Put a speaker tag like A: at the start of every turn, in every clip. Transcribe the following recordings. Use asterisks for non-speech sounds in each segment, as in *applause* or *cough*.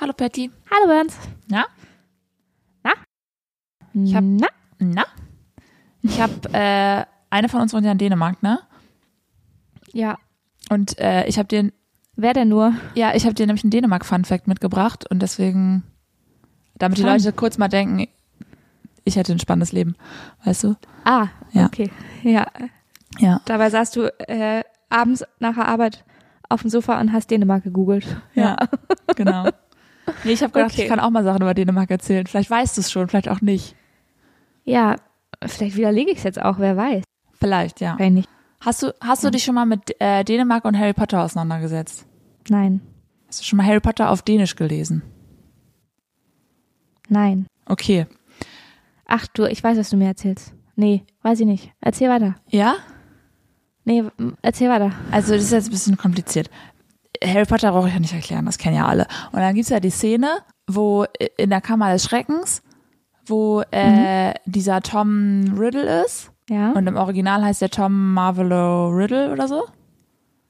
A: Hallo Patty.
B: Hallo Bernd.
A: Na?
B: Na?
A: Ich hab-
B: Na?
A: Na? Ich habe, äh, eine von uns wohnt ja in Dänemark, ne?
B: Ja.
A: Und äh, ich habe dir,
B: Wer denn nur?
A: ja, ich habe dir nämlich einen Dänemark-Fun-Fact mitgebracht und deswegen, damit die
B: Fun.
A: Leute kurz mal denken, ich hätte ein spannendes Leben, weißt du?
B: Ah,
A: Ja.
B: okay. Ja.
A: Ja.
B: Dabei saß du äh, abends nach der Arbeit auf dem Sofa und hast Dänemark gegoogelt.
A: Ja, *laughs* genau. Nee, ich habe gedacht,
B: Okay.
A: ich kann auch mal Sachen über Dänemark erzählen. Vielleicht weißt du es schon, vielleicht auch nicht.
B: Ja, vielleicht widerlege ich es jetzt auch, wer weiß.
A: Vielleicht, ja.
B: Nein, nicht.
A: Hast du, hast du dich schon mal mit äh, Dänemark und Harry Potter auseinandergesetzt?
B: Nein.
A: Hast du schon mal Harry Potter auf Dänisch gelesen?
B: Nein.
A: Okay.
B: Ach du, ich weiß, was du mir erzählst. Nee, weiß ich nicht. Erzähl weiter.
A: Ja?
B: Nee, w- erzähl weiter.
A: Also das ist jetzt ein bisschen kompliziert. Harry Potter brauche ich ja nicht erklären, das kennen ja alle. Und dann gibt's ja die Szene, wo äh, in der Kammer des Schreckens, wo äh, dieser Tom Riddle ist.
B: Ja.
A: Und im Original heißt der Tom Marvolo Riddle oder so.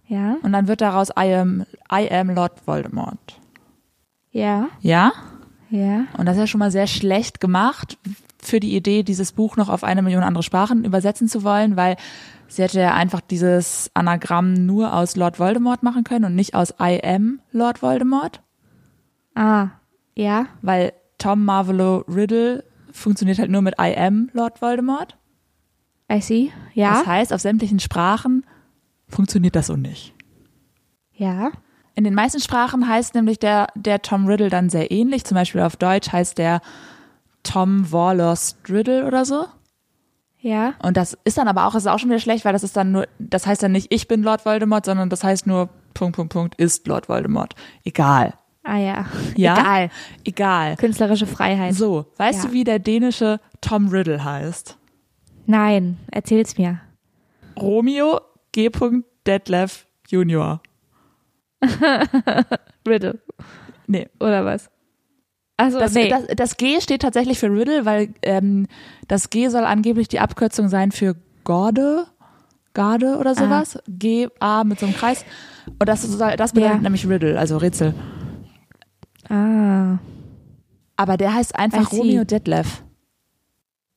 B: ja.
A: Und dann wird daraus I am, I am Lord Voldemort.
B: Ja.
A: Ja?
B: Ja.
A: Und das ist ja schon mal sehr schlecht gemacht für die Idee, dieses Buch noch auf eine Million andere Sprachen übersetzen zu wollen, weil sie hätte ja einfach dieses Anagramm nur aus Lord Voldemort machen können und nicht aus I am Lord Voldemort,
B: Ah. Ja.
A: weil Tom Marvolo Riddle funktioniert halt nur mit I am Lord Voldemort.
B: I see. Ja.
A: Das heißt, auf sämtlichen Sprachen funktioniert das so nicht.
B: Ja.
A: In den meisten Sprachen heißt nämlich der, der Tom Riddle dann sehr ähnlich. Zum Beispiel auf Deutsch heißt der Tom Warlost Riddle oder so.
B: Ja.
A: Und das ist dann aber auch, ist auch schon wieder schlecht, weil das ist dann nur, das heißt dann nicht, ich bin Lord Voldemort, sondern das heißt nur, Punkt, Punkt, Punkt, ist Lord Voldemort. Egal.
B: Ah ja.
A: Ja?
B: Egal.
A: Egal.
B: Künstlerische Freiheit.
A: So, weißt
B: Ja.
A: du, wie der dänische Tom Riddle heißt?
B: Nein, erzähl's mir.
A: Romeo G. Detlef Junior.
B: Riddle,
A: Nee.
B: oder was? Also,
A: Das,
B: nee.
A: das, das G steht tatsächlich für Riddle, weil ähm, das G soll angeblich die Abkürzung sein für Gorde, Garde
B: Ah.
A: oder sowas. G, A mit so einem Kreis. Und das, soll, das bedeutet
B: Ja.
A: nämlich Riddle, also Rätsel.
B: ah.
A: Aber der heißt einfach
B: I see.
A: Romeo Detlef.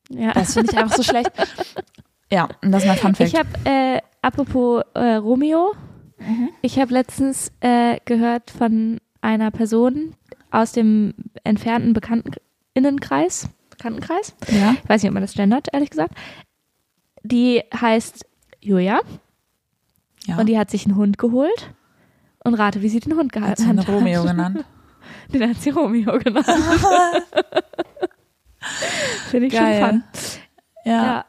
B: Ja.
A: Das finde ich einfach so schlecht. Ja, und das ist mein Funfact.
B: ich habe, äh, apropos äh, Romeo,
A: Mhm.
B: ich habe letztens äh, gehört von einer Person aus dem entfernten Bekannteninnenkreis, Bekanntenkreis,
A: ja.
B: ich weiß nicht, ob man das gendert, ehrlich gesagt, die heißt Julia
A: ja.
B: und die hat sich einen Hund geholt und rate, wie sie den Hund
A: hat
B: gehalten
A: sie
B: hat.
A: eine
B: *laughs*
A: Romeo *laughs* genannt.
B: Den hat sie
A: *laughs*
B: Romeo genannt. Finde ich schon fun.
A: Ja.
B: Ja.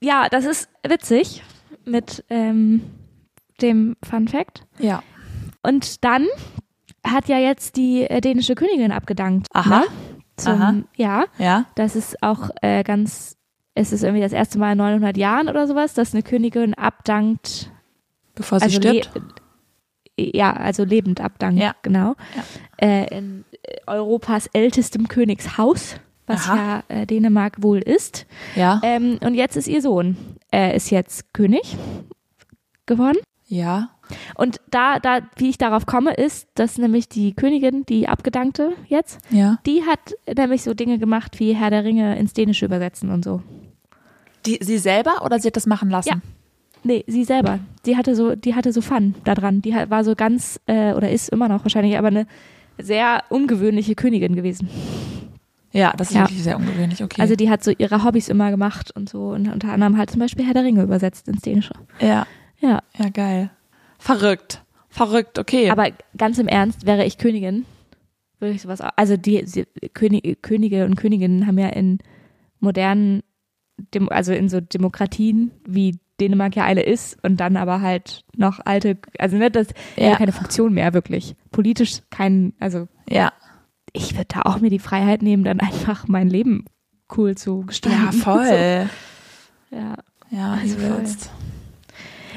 B: ja, das ist witzig mit ähm, dem Fun Fact.
A: ja.
B: Und dann hat ja jetzt die äh, dänische Königin abgedankt.
A: Aha.
B: Ne? Zum,
A: Aha.
B: Ja,
A: Ja.
B: das ist auch äh, ganz, es ist irgendwie das erste Mal in 900 Jahren oder sowas, dass eine Königin abdankt.
A: Bevor sie
B: also
A: stirbt.
B: Le ja, also lebend abdankt,
A: Ja.
B: genau. Äh, in äh, Europas ältestem Königshaus, was
A: Aha.
B: ja äh, Dänemark wohl ist.
A: Ja.
B: Ähm, und jetzt ist ihr Sohn, äh, ist jetzt König geworden.
A: ja.
B: Und da, da, wie ich darauf komme, ist, dass nämlich die Königin, die Abgedankte jetzt,
A: Ja.
B: die hat nämlich so Dinge gemacht wie Herr der Ringe ins Dänische übersetzen und so.
A: Die, sie selber oder sie hat das machen lassen?
B: Nee, sie selber. Die hatte so, die hatte so Fun daran. Die ha- war so ganz, äh, oder ist immer noch wahrscheinlich, aber eine sehr ungewöhnliche Königin gewesen.
A: Ja, das ist
B: Ja.
A: wirklich sehr ungewöhnlich. Okay.
B: Also die hat so ihre Hobbys immer gemacht und so und unter anderem halt zum Beispiel Herr der Ringe übersetzt ins Dänische.
A: ja.
B: Ja.
A: Ja, geil. Verrückt. Verrückt, okay.
B: Aber ganz im Ernst, wäre ich Königin, würde ich sowas auch. Also die, sie- König, Könige und Königinnen haben ja in modernen, Dem, also in so Demokratien, wie Dänemark ja eine ist, und dann aber halt noch alte, also ne, das ja.
A: Ja.
B: keine Funktion mehr wirklich. Politisch kein, also
A: ja.
B: ich würde da auch mir die Freiheit nehmen, dann einfach mein Leben cool zu gestalten.
A: Ja, voll.
B: *laughs* So, ja.
A: Ja,
B: Also
A: also
B: voll.
A: willst.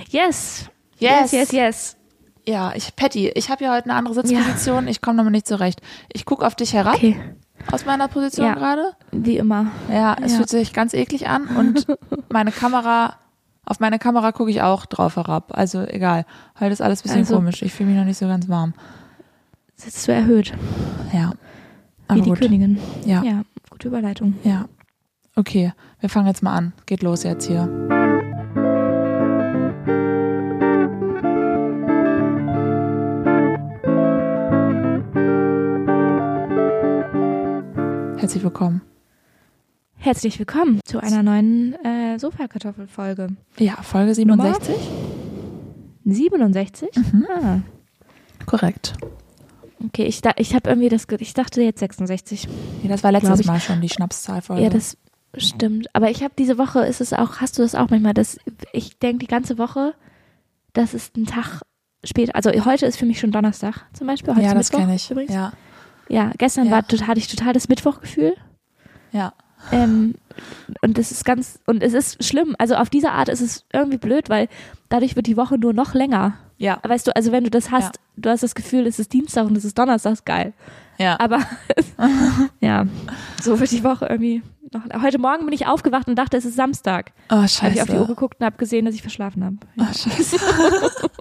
B: Yes. Yes, yes, yes.
A: Ja, ich, Patty, ich habe ja heute eine andere Sitzposition. Ich komme damit nicht zurecht. Ich gucke auf dich herab
B: Okay,
A: aus meiner Position
B: Ja.
A: gerade.
B: wie immer.
A: Ja, es
B: Ja.
A: fühlt sich ganz eklig an und
B: *laughs*
A: meine Kamera, auf meine Kamera gucke ich auch drauf herab. Also egal. Heute ist alles ein bisschen
B: Also-
A: komisch. Ich fühle mich noch nicht so ganz warm.
B: sitzt du erhöht.
A: Ja.
B: Wie
A: Aber
B: die
A: gut.
B: Königin.
A: Ja.
B: ja, gute Überleitung.
A: Ja. Okay, wir fangen jetzt mal an. Geht los jetzt hier. Herzlich willkommen.
B: Herzlich willkommen zu einer neuen äh, Sofakartoffelfolge.
A: Ja, Folge 67.
B: 67?
A: Mhm.
B: Ah,
A: Korrekt.
B: okay, ich, da, ich habe irgendwie das, ge- ich dachte jetzt 66.
A: Ja, das war letztes
B: Glaub ich.
A: Mal schon die Schnapszahlfolge.
B: Ja, das stimmt. Aber ich habe diese Woche, ist es auch, hast du das auch manchmal, dass ich denke die ganze Woche, das ist ein Tag später. Also heute ist für mich schon Donnerstag zum Beispiel. Heute
A: ja,
B: ist
A: das
B: Mittwoch
A: kenne ich.
B: Übrigens.
A: Ja,
B: Ja, gestern
A: Ja.
B: War, tot- hatte ich total das Mittwochgefühl.
A: ja.
B: Ähm, und es ist ganz, und es ist schlimm. Also auf diese Art ist es irgendwie blöd, weil dadurch wird die Woche nur noch länger.
A: Ja,
B: Weißt du, also wenn du das hast,
A: Ja.
B: du hast das Gefühl, es ist Dienstag und es ist Donnerstag, ist geil.
A: ja.
B: Aber *laughs* ja, so wird die Woche irgendwie noch. Heute Morgen bin ich aufgewacht und dachte, es ist Samstag.
A: Oh,
B: Habe ich auf die Uhr
A: scheiße.
B: geguckt und habe gesehen, dass ich verschlafen habe.
A: Oh, scheiße.
B: *laughs*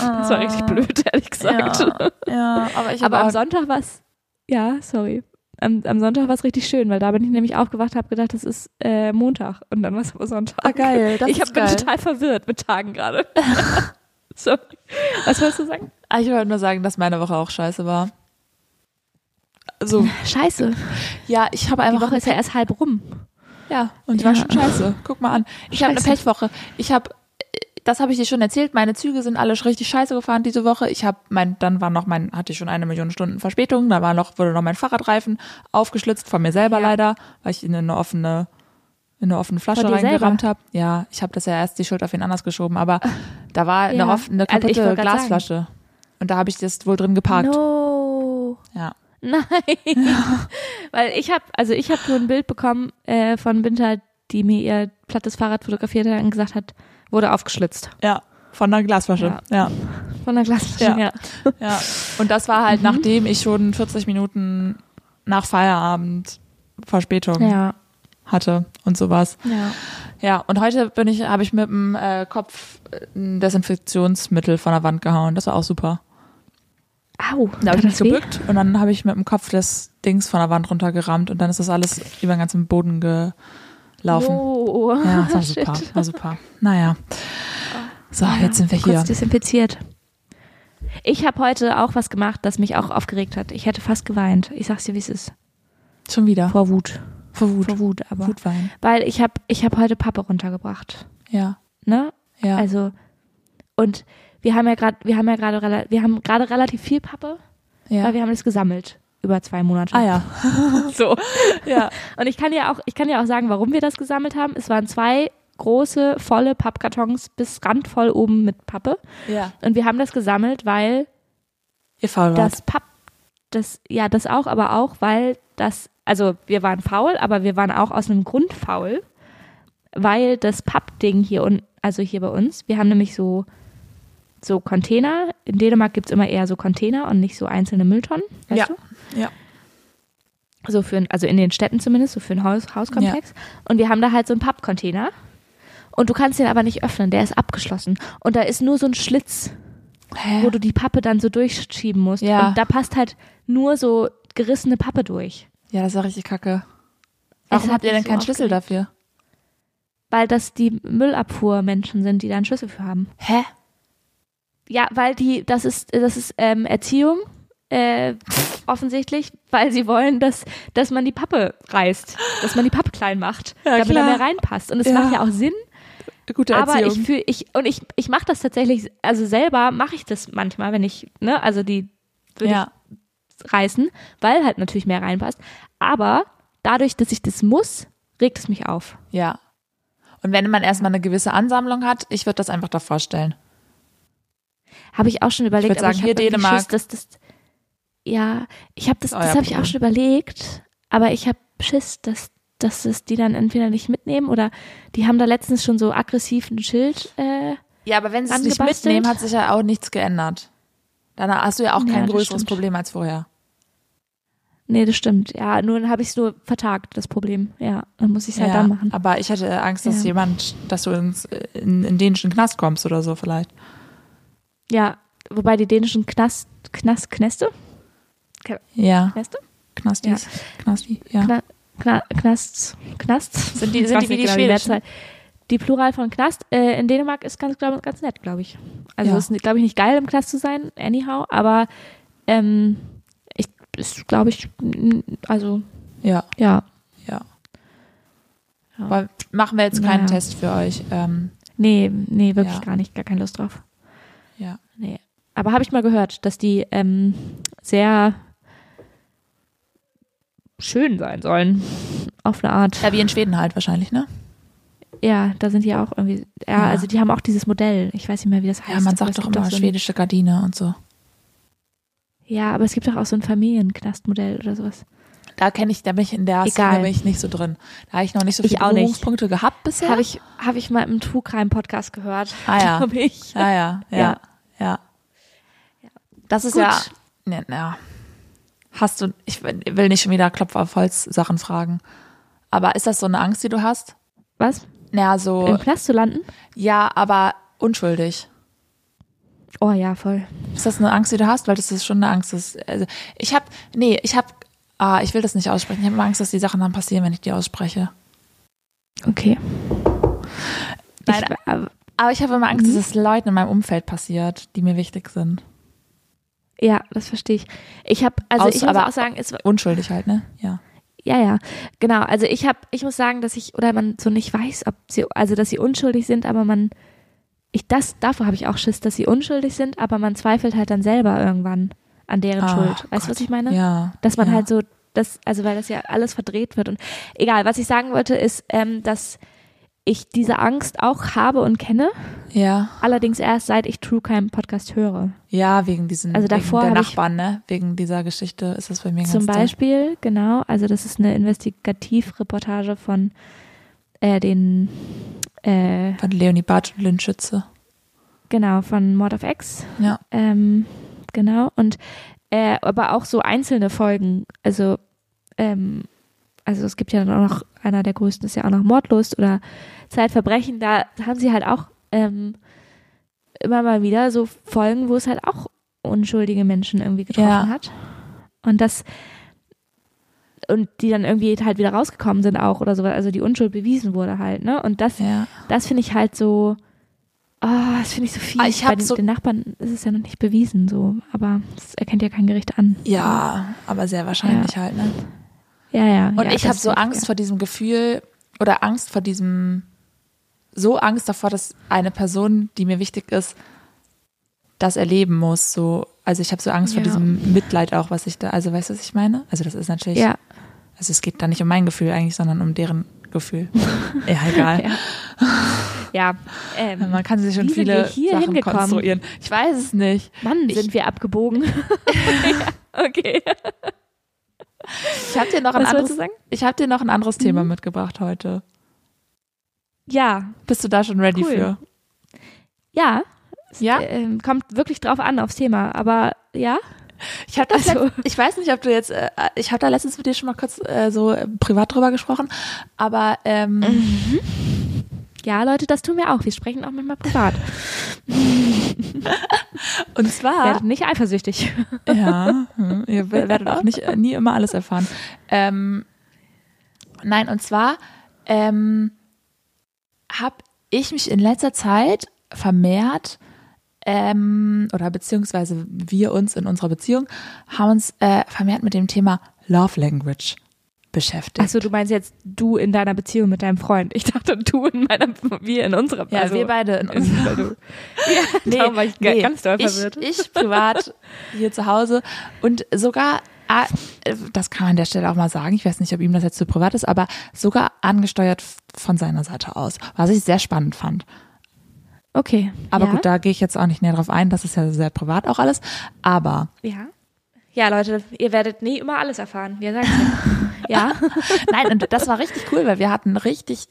B: Das war richtig blöd, ehrlich gesagt.
A: Ah. Ja, ja, aber ich
B: Aber
A: habe
B: am
A: auch
B: Sonntag war es. Ja, sorry. Am, am Sonntag war es richtig schön, weil da bin ich nämlich aufgewacht habe gedacht, es ist äh, Montag und dann war es aber Sonntag.
A: Ah, geil, das
B: *laughs* ich
A: ist
B: hab- bin
A: geil.
B: total verwirrt mit
A: *laughs*
B: Tagen gerade. *laughs* sorry. Was wolltest du sagen?
A: Ah, Ich wollte nur sagen, dass meine Woche auch scheiße war.
B: *laughs*
A: So,
B: Scheiße.
A: ja, ich habe
B: Die
A: einfach
B: Woche ist ja erst halb rum.
A: ja und die war
B: Ja.
A: schon scheiße. Guck mal an, ich habe eine
B: Scheiße.
A: Pechwoche. Ich habe, das habe ich dir schon erzählt. Meine Züge sind alle richtig scheiße gefahren diese Woche. Ich habe mein, dann war noch mein, hatte ich schon eine Million Stunden Verspätung. Da war noch wurde noch mein Fahrradreifen aufgeschlitzt von mir selber
B: Ja.
A: leider, weil ich in eine offene in eine offene Flasche
B: Von dir
A: reingerammt habe. Ja, ich habe das ja erst die Schuld auf ihn anders geschoben, aber da war
B: Ja.
A: eine offene
B: Also ich
A: kaputte
B: wollte grad sagen.
A: Glasflasche und da habe ich das wohl drin geparkt.
B: No.
A: Ja.
B: *laughs*
A: *laughs*
B: Nein. Weil ich habe, also ich habe nur ein Bild bekommen äh, von Winter, die mir ihr plattes Fahrrad fotografiert hat und gesagt hat, wurde aufgeschlitzt.
A: Ja, von der Glasflasche. Ja.
B: Von der Glasflasche.
A: Ja.
B: Ja.
A: ja. Und das war
B: Mhm.
A: halt, nachdem ich schon 40 Minuten nach Feierabend Verspätung
B: Ja.
A: hatte und sowas.
B: ja.
A: Ja, und heute bin ich, habe ich mit dem äh, Kopf äh, ein Desinfektionsmittel von der Wand gehauen. Das war auch super.
B: Au.
A: Da habe ich
B: tat
A: mich
B: das weh?
A: gebückt und dann habe ich mit dem Kopf das Dings von der Wand runtergerammt und dann ist das alles über den ganzen Boden gelaufen.
B: No.
A: Ja, das war super.
B: *laughs* Shit. Ah.
A: War super. Naja. So, Ah, jetzt sind wir hier.
B: Kurz desinfiziert. Ich habe heute auch was gemacht, das mich auch aufgeregt hat. Ich hätte fast geweint. Ich sag's dir, wie es ist.
A: Schon wieder.
B: Vor Wut.
A: Vor Wut.
B: Vor Wut, aber.
A: Wutwein.
B: Weil ich habe ich hab heute Pappe runtergebracht.
A: Ja.
B: Ne?
A: Ja.
B: Also und wir haben ja gerade wir haben ja gerade rela- wir haben gerade relativ viel Pappe,
A: ja.
B: weil wir haben das gesammelt über zwei Monate.
A: Ah ja. *laughs*
B: So.
A: Ja.
B: Und ich kann ja auch ich kann ja auch sagen, warum wir das gesammelt haben. Es waren zwei große volle Pappkartons bis randvoll oben mit Pappe
A: ja.
B: und wir haben das gesammelt, weil
A: Ihr faul
B: das Papp das ja, das auch, aber auch weil das also wir waren faul, aber wir waren auch aus einem Grund faul, weil das Pappding hier und also hier bei uns, wir haben nämlich so so Container. In Dänemark gibt es immer eher so Container und nicht so einzelne Mülltonnen. Weißt
A: Ja.
B: du?
A: Ja.
B: So für, ein- also in den Städten zumindest, so für einen Haus, Hauskomplex. Und wir haben da halt so einen Pappcontainer. Und du kannst den aber nicht öffnen, der ist abgeschlossen. Und da ist nur so ein Schlitz,
A: Hä?
B: wo du die Pappe dann so durchschieben musst.
A: Ja.
B: Und da passt halt nur so gerissene Pappe durch.
A: ja, das war richtig kacke.
B: Es
A: Warum
B: hat
A: habt ihr
B: mich
A: denn
B: so
A: keinen Schlüssel
B: aufgeregt.
A: dafür?
B: Weil das die Müllabfuhrmenschen sind, die da einen Schlüssel für haben.
A: Hä?
B: Ja, weil die, das ist, das ist ähm, Erziehung, äh,
A: *laughs*
B: offensichtlich, weil sie wollen, dass, dass man die Pappe reißt, dass man die Pappe klein macht,
A: Ja,
B: damit
A: klar.
B: da mehr reinpasst. Und es
A: Ja.
B: macht ja auch Sinn,
A: Gute
B: aber
A: Erziehung.
B: ich fühle, ich, und ich, ich mache das tatsächlich, also selber mache ich das manchmal, wenn ich, ne, also die würde
A: ja.
B: ich reißen, weil halt natürlich mehr reinpasst. Aber dadurch, dass ich das muss, regt es mich auf.
A: ja. Und wenn man erstmal eine gewisse Ansammlung hat, ich würde das einfach davor stellen.
B: Habe ich auch schon überlegt.
A: würd
B: aber
A: sagen,
B: ich
A: hier
B: hab irgendwie
A: Dänemark. Oh
B: Schiss, dass das, ja, ich habe das,
A: Euer
B: das habe ich auch
A: Problem.
B: schon überlegt, aber ich habe Schiss, dass, dass es die dann entweder nicht mitnehmen oder die haben da letztens schon so aggressiv ein Schild. Äh,
A: Ja, aber wenn sie es nicht
B: Angebastelt?
A: mitnehmen, hat sich ja auch nichts geändert. Dann hast du ja auch
B: Ja,
A: kein
B: das
A: größeres
B: stimmt.
A: Problem als vorher.
B: nee, das stimmt. Ja, nun habe ich es nur vertagt, das Problem. Ja, dann muss ich es halt
A: ja,
B: dann machen.
A: aber ich hatte Angst, dass
B: Ja.
A: jemand, dass du ins, in, in dänischen Knast kommst oder so vielleicht.
B: Ja, wobei die dänischen Knast, Knast, Knäste?
A: Ja,
B: Knäste?
A: Knastis. Knasti, ja.
B: Kna, Kna, Knast, Knast?
A: Sind die-
B: Ich
A: sind
B: weiß
A: die wie
B: nicht
A: die
B: genau
A: schwedischen?
B: Mehrzahl. Die Plural von Knast äh, in Dänemark ist ganz, glaub, ganz nett, glaube ich. Also
A: Ja.
B: es ist, glaube ich, nicht geil, im Knast zu sein, anyhow, aber ähm, ich, ist, glaube ich, n- also,
A: ja,
B: ja.
A: ja.
B: Ja.
A: Aber machen wir jetzt keinen
B: Naja.
A: Test für euch. Ähm,
B: Nee, nee, wirklich
A: Ja.
B: gar nicht, gar keine Lust drauf.
A: ja.
B: Nee. Aber habe ich mal gehört, dass die ähm, sehr schön sein sollen. Auf eine Art.
A: ja, wie in Schweden halt wahrscheinlich, ne?
B: Ja, da sind die auch irgendwie. Ja,
A: Ja.
B: also die haben auch dieses Modell. Ich weiß nicht mehr, wie das heißt.
A: Ja, man
B: aber es
A: sagt doch
B: gibt
A: immer
B: auch so ein-
A: schwedische Gardine und so.
B: Ja, aber es gibt doch auch so ein Familienknastmodell oder sowas.
A: Da kenne ich, da bin ich in der Szene
B: Egal.
A: bin ich nicht so drin. Da habe ich noch nicht so
B: Ich
A: viele
B: auch nicht.
A: Berührungspunkte gehabt bisher.
B: Habe ich, hab ich mal im True Crime Podcast gehört.
A: Ah ja.
B: Glaube ich.
A: Ah ja, ja, ja.
B: Ja.
A: Das ist
B: Gut.
A: ja. Ne, ja. Hast du, ich will nicht schon wieder Klopf auf Holz Sachen fragen. Aber ist das so eine Angst, die du hast?
B: Was?
A: Naja, so,
B: Im Knast zu landen?
A: ja, aber unschuldig.
B: Oh ja, voll.
A: Ist das eine Angst, die du hast? Weil das ist schon eine Angst. Das, also ich habe, nee, ich habe, ah, ich will das nicht aussprechen. Ich habe immer Angst, dass die Sachen dann passieren, wenn ich die ausspreche.
B: Okay.
A: Nein,
B: ich, äh,
A: aber ich habe immer Angst, dass es Leuten in meinem Umfeld passiert, die mir wichtig sind.
B: ja, das verstehe ich. Ich habe, also
A: Aus-
B: ich muss
A: aber-
B: auch sagen, es,
A: Unschuldig halt, ne? Ja.
B: Ja, ja, genau. Also ich habe, ich muss sagen, dass ich oder man so nicht weiß, ob sie, also dass sie unschuldig sind, aber man, ich das, davor habe ich auch Schiss, dass sie unschuldig sind, aber man zweifelt halt dann selber irgendwann an deren
A: Ah,
B: Schuld. Weißt
A: Gott.
B: du, was ich meine?
A: Ja.
B: Dass man
A: ja.
B: halt so, das, also weil das ja alles verdreht wird und egal. Was ich sagen wollte ist, ähm, dass ich diese Angst auch habe und kenne,
A: Ja.
B: allerdings erst seit ich True Crime Podcast höre.
A: Ja, wegen diesen
B: Also davor
A: wegen der
B: hab ich-
A: Nachbarn, ne? Wegen dieser Geschichte ist das bei mir
B: Zum
A: ganz doll.
B: Beispiel, genau, also das ist eine Investigativreportage von äh, den, äh,
A: Von Leonie Bartsch und Lynn Schütze.
B: genau, von Mord of X,
A: Ja.
B: ähm, genau, und äh, aber auch so einzelne Folgen, also, ähm, also es gibt ja dann auch noch, einer der größten ist ja auch noch Mordlust oder Zeitverbrechen, da haben sie halt auch ähm, immer mal wieder so Folgen, wo es halt auch unschuldige Menschen irgendwie getroffen
A: Ja.
B: hat. Und das und die dann irgendwie halt wieder rausgekommen sind auch oder sowas, also die Unschuld bewiesen wurde halt, ne? Und das,
A: Ja.
B: das finde ich halt so, ah, das finde ich so viel.
A: Ah, ich hab
B: Bei den,
A: so-
B: den Nachbarn ist es ja noch nicht bewiesen, so, aber das erkennt ja kein Gericht an.
A: Ja, aber sehr wahrscheinlich halt, ne?
B: Ja, ja.
A: Und
B: ja,
A: ich habe
B: das
A: so
B: ist-
A: Angst vor diesem Gefühl oder Angst vor diesem, so Angst davor, dass eine Person, die mir wichtig ist, das erleben muss. So, also ich habe so Angst vor
B: Ja.
A: diesem Mitleid auch, was ich da, also weißt du, was ich meine? Also das ist natürlich,
B: Ja,
A: also es geht da nicht um mein Gefühl eigentlich, sondern um deren
B: *laughs*
A: Gefühl. ja, egal.
B: Ja. ja. Ähm,
A: Man kann sich schon
B: Wie sind
A: viele
B: wir hier
A: Sachen
B: hingekommen?
A: konstruieren. Ich weiß es nicht.
B: Mann,
A: Ich-
B: sind
A: *laughs*
B: wir abgebogen. ja, okay.
A: Ich habe dir noch ein
B: Was wolltest du Mhm.
A: anderes,
B: sagen?
A: ich habe dir noch ein anderes Thema mitgebracht heute.
B: Ja,
A: Bist du da schon ready
B: Cool.
A: für?
B: ja. Es,
A: Ja?
B: Ähm, kommt wirklich drauf an aufs Thema, aber ja.
A: Ich habe das
B: Also-
A: letzt- ich weiß nicht, ob du jetzt äh, ich habe da letztens mit dir schon mal kurz äh, so äh, privat drüber gesprochen, aber ähm,
B: Ja, Leute, das tun wir auch. Wir sprechen auch manchmal privat.
A: und zwar *laughs*
B: Werdet nicht eifersüchtig.
A: ja, hm, ihr wer- werdet auch nicht äh, nie immer alles erfahren. Ähm, nein, und zwar ähm, habe ich mich in letzter Zeit vermehrt ähm, oder beziehungsweise wir uns in unserer Beziehung haben uns äh, vermehrt mit dem Thema Love Language beschäftigt.
B: Achso, du meinst jetzt du in deiner Beziehung mit deinem Freund. Ich dachte, du in meiner, wir in unserer
A: Ja,
B: also,
A: wir beide in unserer
B: *laughs* Weil du- *laughs* ja, darum war ich ga- ganz doll verwirrt.
A: Ich, ich privat hier zu Hause und sogar, ah, äh, das kann man an der Stelle auch mal sagen, ich weiß nicht, ob ihm das jetzt zu privat ist, aber sogar angesteuert f- von seiner Seite aus, was ich sehr spannend fand.
B: okay.
A: Aber
B: ja.
A: gut, da gehe ich jetzt auch nicht näher drauf ein, das ist ja sehr privat auch alles. Aber
B: Ja. Ja, Leute, ihr werdet nie immer alles erfahren. Wir sagen es ja. *laughs*
A: nein, und das war richtig cool, weil wir hatten richtig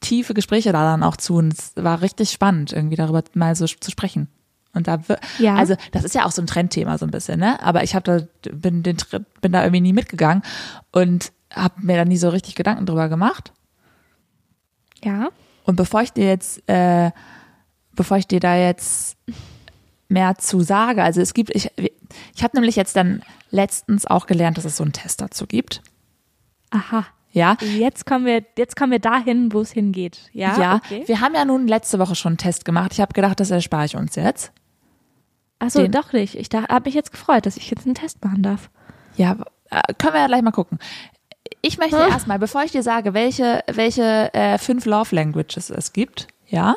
A: tiefe Gespräche da dann auch zu und es war richtig spannend, irgendwie darüber mal so zu sprechen. Und da, wir-
B: Ja.
A: also das ist ja auch so ein Trendthema so ein bisschen, ne? Aber ich habe da bin den Trend- bin da irgendwie nie mitgegangen und habe mir da nie so richtig Gedanken drüber gemacht.
B: Ja.
A: Und bevor ich dir jetzt, äh, bevor ich dir da jetzt mehr zu sage. Also es gibt, ich, ich habe nämlich jetzt dann letztens auch gelernt, dass es so einen Test dazu gibt.
B: Aha.
A: Ja,
B: Jetzt kommen wir, jetzt kommen wir dahin, wo es hingeht. Ja.
A: ja.
B: Okay.
A: Wir haben ja nun letzte Woche schon einen Test gemacht. Ich habe gedacht, das erspare ich uns jetzt.
B: Achso,
A: den-
B: doch nicht. Ich habe mich jetzt gefreut, dass ich jetzt einen Test machen darf.
A: Ja, äh, können wir ja gleich mal gucken. Ich möchte
B: Hm.
A: erstmal, bevor ich dir sage, welche, welche äh, fünf Love Languages es gibt, ja,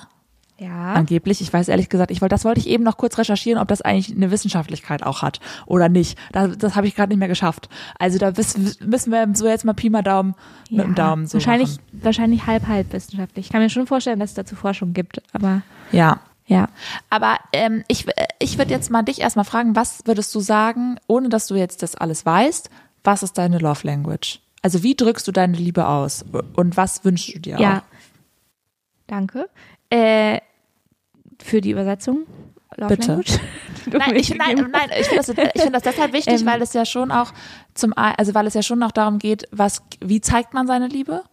B: Ja.
A: angeblich, ich weiß ehrlich gesagt, ich wollte, das wollte ich eben noch kurz recherchieren, ob das eigentlich eine Wissenschaftlichkeit auch hat oder nicht. Das, das habe ich gerade nicht mehr geschafft. Also da wiss- müssen wir so jetzt mal Pi mal Daumen mit dem Daumen so
B: wahrscheinlich,
A: machen.
B: wahrscheinlich halb halb wissenschaftlich. Ich kann mir schon vorstellen, dass es dazu Forschung gibt, aber
A: Ja.
B: ja.
A: Aber ähm, ich, äh, ich würde jetzt mal dich erstmal fragen, was würdest du sagen, ohne dass du jetzt das alles weißt, was ist deine Love Language? Also wie drückst du deine Liebe aus und was wünschst du dir
B: Ja.
A: auch?
B: Danke. Äh, für die Übersetzung. Love
A: Bitte.
B: Language. Die *laughs* du
A: Nein,
B: mir
A: ich, *laughs* nein,
B: gegeben
A: nein, ich finde das, äh, ich find das deshalb wichtig,
B: Ähm.
A: weil es ja schon auch zum, ein- also weil es ja schon auch darum geht, was, wie zeigt man seine Liebe?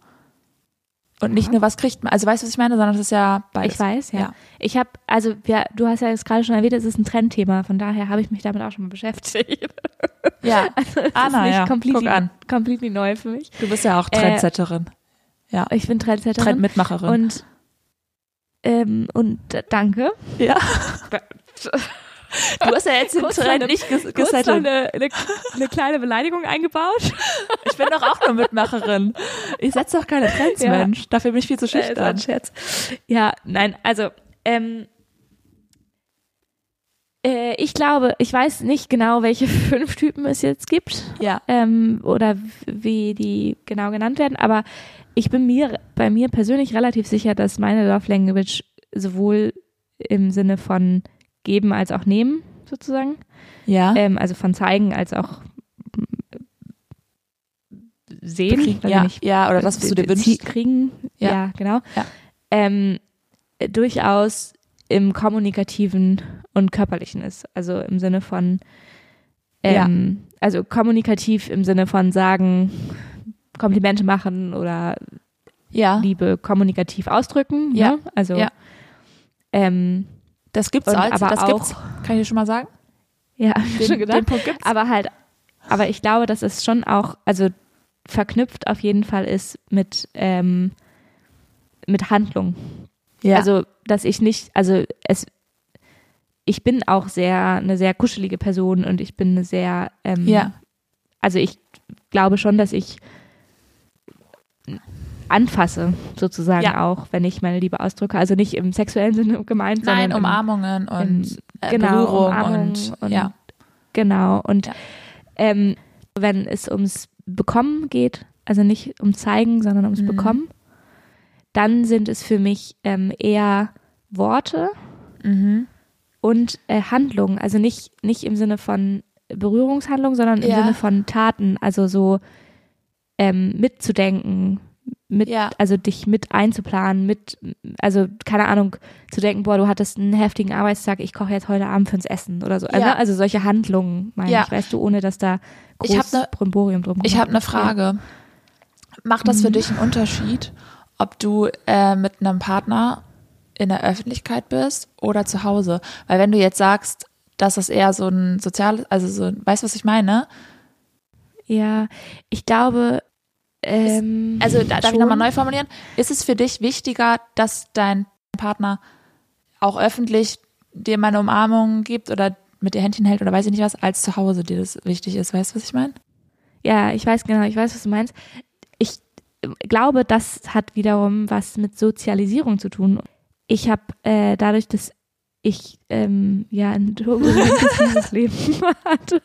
A: Und nicht nur, was kriegt man, also weißt du, was ich meine, sondern es ist ja beides.
B: Mhm. Ich weiß, ja.
A: Ja.
B: Ich habe, also ja, du hast ja jetzt gerade schon erwähnt, es ist ein Trendthema, von daher habe ich mich damit auch schon mal beschäftigt. *laughs*
A: Ja,
B: Das Also, ist
A: Anna,
B: nicht Äh,
A: ja.
B: completely,
A: guck an.
B: completely neu für mich.
A: Du bist ja auch Trendsetterin,
B: Ich bin Trendsetterin.
A: Trendmitmacherin.
B: und ähm, und d- danke.
A: ja. Du hast ja jetzt den
B: Kurz
A: Trend
B: noch-
A: nicht ges
B: Kurz noch
A: gesettelt.
B: eine, eine, eine kleine Beleidigung eingebaut.
A: Ich bin doch auch nur Mitmacherin. Ich setze doch keine Trends,
B: Ja.
A: Mensch. Dafür bin ich viel zu
B: Äh, ist ein
A: schüchtern.
B: Scherz. Ja, nein, also ähm, äh, ich glaube, ich weiß nicht genau, welche *laughs* fünf Typen es jetzt gibt.
A: ja.
B: ähm, oder w- wie die genau genannt werden, aber ich bin mir bei mir persönlich relativ sicher, dass meine Love Language sowohl im Sinne von geben als auch nehmen sozusagen,
A: Ja.
B: ähm, also von zeigen als auch mm, sehen,
A: Kriegen-
B: weiß ich
A: ja.
B: nicht,
A: ja, oder das, was du dir
B: äh, zie-
A: wünschst.
B: kriegen, ja,
A: Ja.
B: genau,
A: Ja.
B: Ähm, äh, durchaus im kommunikativen und körperlichen ist, also im Sinne von, ähm, also kommunikativ im Sinne von sagen, Komplimente machen oder
A: Ja.
B: Liebe kommunikativ ausdrücken,
A: Ah. Ja.
B: ne? also
A: Ja.
B: ähm,
A: Das gibt's
B: Und
A: also,
B: aber
A: das
B: auch-
A: gibt's. Kann ich dir schon mal sagen?
B: ja, hab ich *laughs* schon gedacht.
A: den Punkt gibt's.
B: aber halt, aber ich glaube, dass es schon auch, also verknüpft auf jeden Fall ist mit, ähm, mit Handlung.
A: ja.
B: Also, dass ich nicht, also es, ich bin auch sehr, eine sehr kuschelige Person und ich bin eine sehr, ähm,
A: ja.
B: also ich glaube schon, dass ich anfasse, sozusagen
A: Ja.
B: auch, wenn ich meine Liebe ausdrücke. Also nicht im sexuellen Sinne gemeint,
A: Nein, um
B: sondern im-
A: Umarmungen und äh,
B: genau,
A: Berührung
B: Umarmung
A: und,
B: und-
A: ja.
B: Genau. Und
A: Ja.
B: ähm, wenn es ums Bekommen geht, also nicht um Zeigen, sondern ums
A: Mhm.
B: Bekommen, dann sind es für mich ähm, eher Worte mhm. und äh, Handlungen. Also nicht, nicht im Sinne von Berührungshandlung, sondern im
A: Ja.
B: Sinne von Taten. Also so ähm, mitzudenken, mit,
A: Ja.
B: also dich mit einzuplanen, mit, also keine Ahnung, zu denken, boah, du hattest einen heftigen Arbeitstag, ich koche jetzt heute Abend fürs Essen oder so. Also,
A: Ja.
B: also solche Handlungen, meine
A: Ja.
B: ich, weißt du, ohne dass da
A: Ich hab
B: groß
A: ne-
B: Brimborium drum
A: Ich habe eine
B: gemacht wird.
A: Frage. Macht das für dich einen Unterschied, ob du äh, mit einem Partner in der Öffentlichkeit bist oder zu Hause? Weil wenn du jetzt sagst, dass das eher so ein soziales, also so, ein- weißt du, was ich meine?
B: Ja, ich glaube, ähm,
A: Also da, darf ich
B: schon.
A: nochmal neu formulieren? Ist es für dich wichtiger, dass dein Partner auch öffentlich dir mal eine Umarmung gibt oder mit dir Händchen hält oder weiß ich nicht was, als zu Hause dir das wichtig ist? Weißt du, was ich meine?
B: Ja, ich weiß genau, ich weiß, was du meinst. Ich äh, glaube, das hat wiederum was mit Sozialisierung zu tun. Ich habe äh, dadurch, dass ich ähm, ja ein *laughs* turbulentes dieses Leben *laughs* hatte.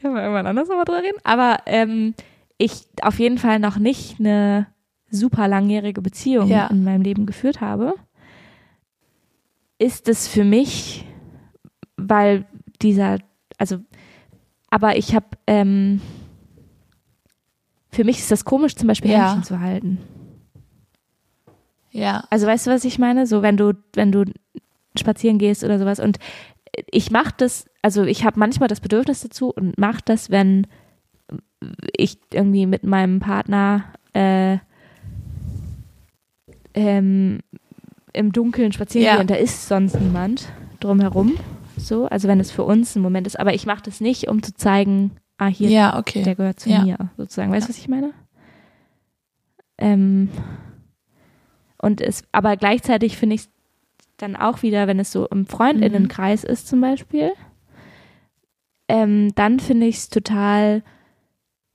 B: Können wir irgendwann anders nochmal drüber reden. Aber ähm, ich auf jeden Fall noch nicht eine super langjährige Beziehung
A: Ja.
B: in meinem Leben geführt habe, ist es für mich, weil dieser, also, aber ich habe, ähm, für mich ist das komisch, zum Beispiel
A: Ja.
B: Händchen zu halten.
A: Ja.
B: Also weißt du, was ich meine? So wenn du, wenn du spazieren gehst oder sowas. Und ich mache das, also ich habe manchmal das Bedürfnis dazu und mache das, wenn ich irgendwie mit meinem Partner äh, ähm, im Dunkeln spazieren
A: Ja.
B: gehe und da ist sonst niemand drumherum. So, also wenn es für uns ein Moment ist. Aber ich mache das nicht, um zu zeigen, ah, hier,
A: Ja, okay.
B: der gehört zu
A: Ja.
B: mir, sozusagen. Weißt du, was ich meine? Ähm, und es, aber gleichzeitig finde ich es dann auch wieder, wenn es so im Freundinnenkreis ist zum Beispiel, ähm, dann finde ich es total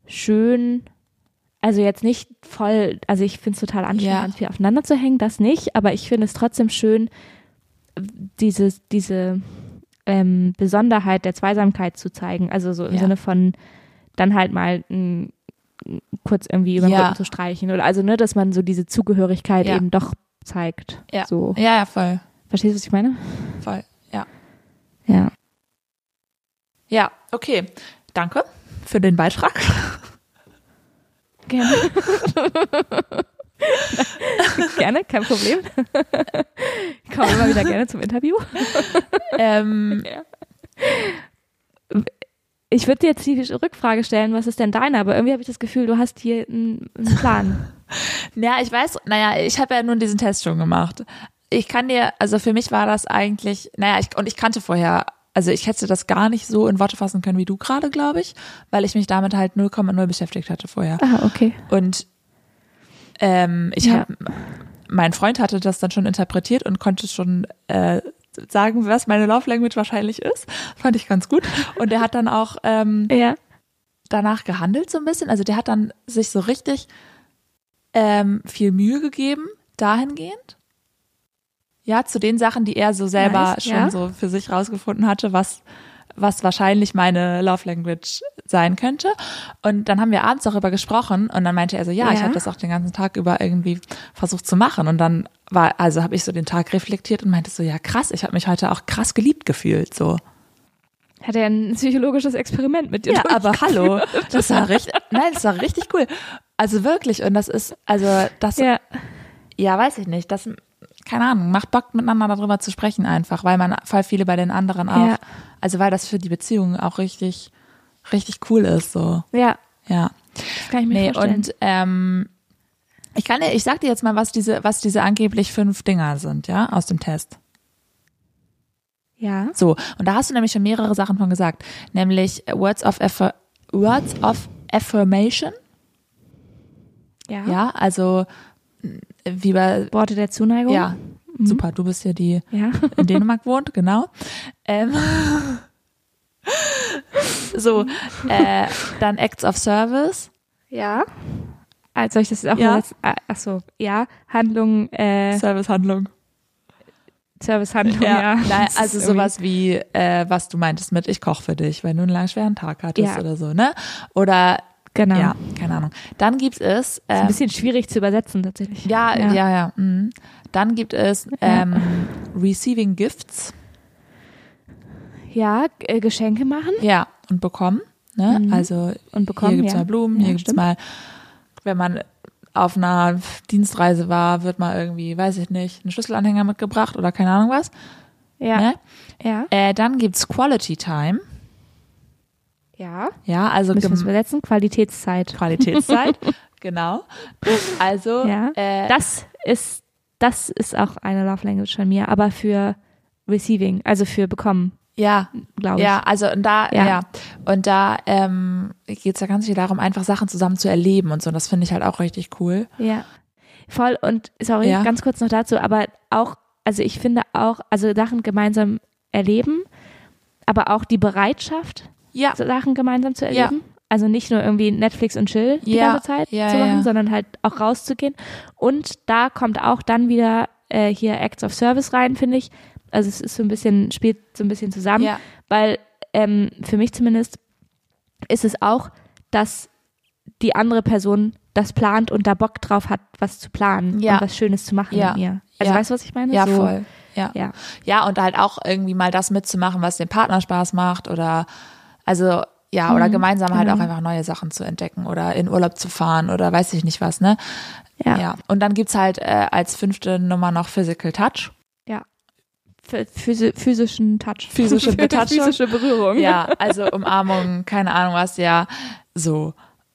B: schön, also jetzt nicht voll, also ich finde es total anstrengend,
A: Ja.
B: ganz viel aufeinander zu hängen, das nicht, aber ich finde es trotzdem schön, dieses, diese ähm, Besonderheit der Zweisamkeit zu zeigen. Also so im
A: Ja.
B: Sinne von dann halt mal mm, kurz irgendwie über den
A: Ja.
B: Rücken zu streichen oder also ne, dass man so diese Zugehörigkeit
A: Ja.
B: eben doch zeigt.
A: Ja.
B: So.
A: Ja, ja, voll.
B: Verstehst du, was ich meine?
A: Voll.
B: Ja.
A: Ja, okay. Danke für den Beitrag.
B: Gerne. *laughs* gerne, kein Problem. Ich komme immer wieder gerne zum Interview.
A: ähm,
B: Ich würde dir jetzt die Rückfrage stellen, was ist denn deiner? Aber irgendwie habe ich das Gefühl, du hast hier einen, einen Plan.
A: Ja, ich weiß, naja, ich habe ja nun diesen Test schon gemacht. Ich kann dir, also für mich war das eigentlich, naja, ich, und ich kannte vorher, also ich hätte das gar nicht so in Worte fassen können wie du gerade, glaube ich, weil ich mich damit halt 0,0 beschäftigt hatte vorher.
B: Ah, okay.
A: Und ähm, ich
B: Ja.
A: hab, mein Freund hatte das dann schon interpretiert und konnte schon äh, sagen, was meine Love Language wahrscheinlich ist. Fand ich ganz gut. Und der hat dann auch ähm,
B: Ja.
A: danach gehandelt so ein bisschen. Also der hat dann sich so richtig ähm, viel Mühe gegeben dahingehend. Ja, zu den Sachen, die er so selber
B: Nice,
A: schon
B: ja.
A: so für sich rausgefunden hatte, was, was wahrscheinlich meine Love Language sein könnte. Und dann haben wir abends darüber gesprochen und dann meinte er so, ja, ich
B: Ja.
A: habe das auch den ganzen Tag über irgendwie versucht zu machen. Und dann war, also habe ich so den Tag reflektiert und meinte so, ja krass, ich habe mich heute auch krass geliebt gefühlt. So.
B: Hat er ein psychologisches Experiment mit dir
A: Ja, aber
B: durchgeführt? *laughs*
A: hallo, das war richtig, nein, das war richtig cool. Also wirklich, und das ist, also das, ja,
B: Ja.
A: weiß ich nicht, das, keine Ahnung, macht Bock miteinander darüber zu sprechen einfach, weil man voll viele bei den anderen auch,
B: Ja.
A: also weil das für die Beziehung auch richtig, richtig cool ist, so,
B: Ja,
A: ja.
B: das kann ich mir
A: Nee,
B: vorstellen.
A: und, ähm, ich kann dir, ich sag dir jetzt mal, was diese, was diese angeblich fünf Dinger sind, ja, aus dem Test.
B: ja.
A: So, und da hast du nämlich schon mehrere Sachen von gesagt, nämlich Words of, Affir Words of Affirmation,
B: Ja.
A: ja, also mh, wie bei,
B: Worte der Zuneigung.
A: ja,
B: Mhm.
A: super, du bist ja die,
B: *laughs* Ja.
A: in Dänemark wohnt, genau. Ähm, *laughs* so, äh, dann Acts of Service,
B: Ja. Also soll ich das jetzt auch
A: Ja.
B: mal als, ah, ach so, ja, Handlung, äh,
A: Servicehandlung,
B: Servicehandlung, ja.
A: ja, Nein,
B: *laughs* Das ist
A: also
B: irgendwie-
A: sowas wie, äh, was du meintest mit, ich koche für dich, weil du einen langen, schweren Tag hattest
B: Ja.
A: oder so, ne, oder,
B: Genau.
A: ja, keine Ahnung. Dann gibt es,
B: Ist ein
A: ähm,
B: bisschen schwierig zu übersetzen tatsächlich.
A: Ja, ja, ja. mhm. Dann gibt es ähm, Receiving Gifts,
B: Ja, g- äh, Geschenke machen
A: ja, und bekommen. Ne?
B: Mhm.
A: Also
B: und bekommen,
A: hier gibt's
B: ja.
A: mal Blumen,
B: Ja,
A: hier gibt's
B: stimmt.
A: mal, wenn man auf einer Dienstreise war, wird mal irgendwie, weiß ich nicht, einen Schlüsselanhänger mitgebracht oder keine Ahnung was.
B: ja.
A: Ne?
B: Ja.
A: Äh, dann gibt's Quality Time,
B: Ja.
A: ja, also
B: Müssen wir es
A: gem-
B: übersetzen? Qualitätszeit. *laughs*
A: Qualitätszeit, genau. Also
B: Ja.
A: äh,
B: Das ist, das ist auch eine Love Language von mir, aber für Receiving, also für Bekommen,
A: ja,
B: glaube ich.
A: Ja, also und da, ja,
B: Ja.
A: und da ähm, geht's ja ganz viel darum, einfach Sachen zusammen zu erleben und so. Und das finde ich halt auch richtig cool.
B: Ja. Voll und sorry,
A: Ja.
B: ganz kurz noch dazu, aber auch, also ich finde auch, also Sachen gemeinsam erleben, aber auch die Bereitschaft,
A: Ja,
B: so Sachen gemeinsam zu
A: Ja.
B: erleben. Also nicht nur irgendwie Netflix und Chill die
A: Ja,
B: ganze Zeit
A: ja,
B: zu
A: ja.
B: machen, sondern halt auch rauszugehen. Und da kommt auch dann wieder äh, hier Acts of Service rein, finde ich. Also es ist so ein bisschen, spielt so ein bisschen zusammen
A: ja,
B: weil ähm, für mich zumindest ist es auch, dass die andere Person das plant und da Bock drauf hat, was zu planen
A: Ja.
B: und was Schönes zu machen
A: Ja.
B: mit mir. Also
A: Ja.
B: weißt du, was ich meine?
A: ja,
B: so,
A: voll. Ja.
B: Ja.
A: ja, und halt auch irgendwie mal das mitzumachen, was dem Partner Spaß macht oder also ja,
B: Mhm,
A: oder gemeinsam
B: genau.
A: halt auch einfach neue Sachen zu entdecken oder in Urlaub zu fahren oder weiß ich nicht was, ne?
B: Ja.
A: ja. Und dann gibt's halt äh, als fünfte Nummer noch Physical Touch.
B: Phy- Physi physischen Touch.
A: Physische
B: *laughs*
A: Betatschung.
B: Physische Berührung.
A: Ja, also Umarmung, keine Ahnung was, ja, so.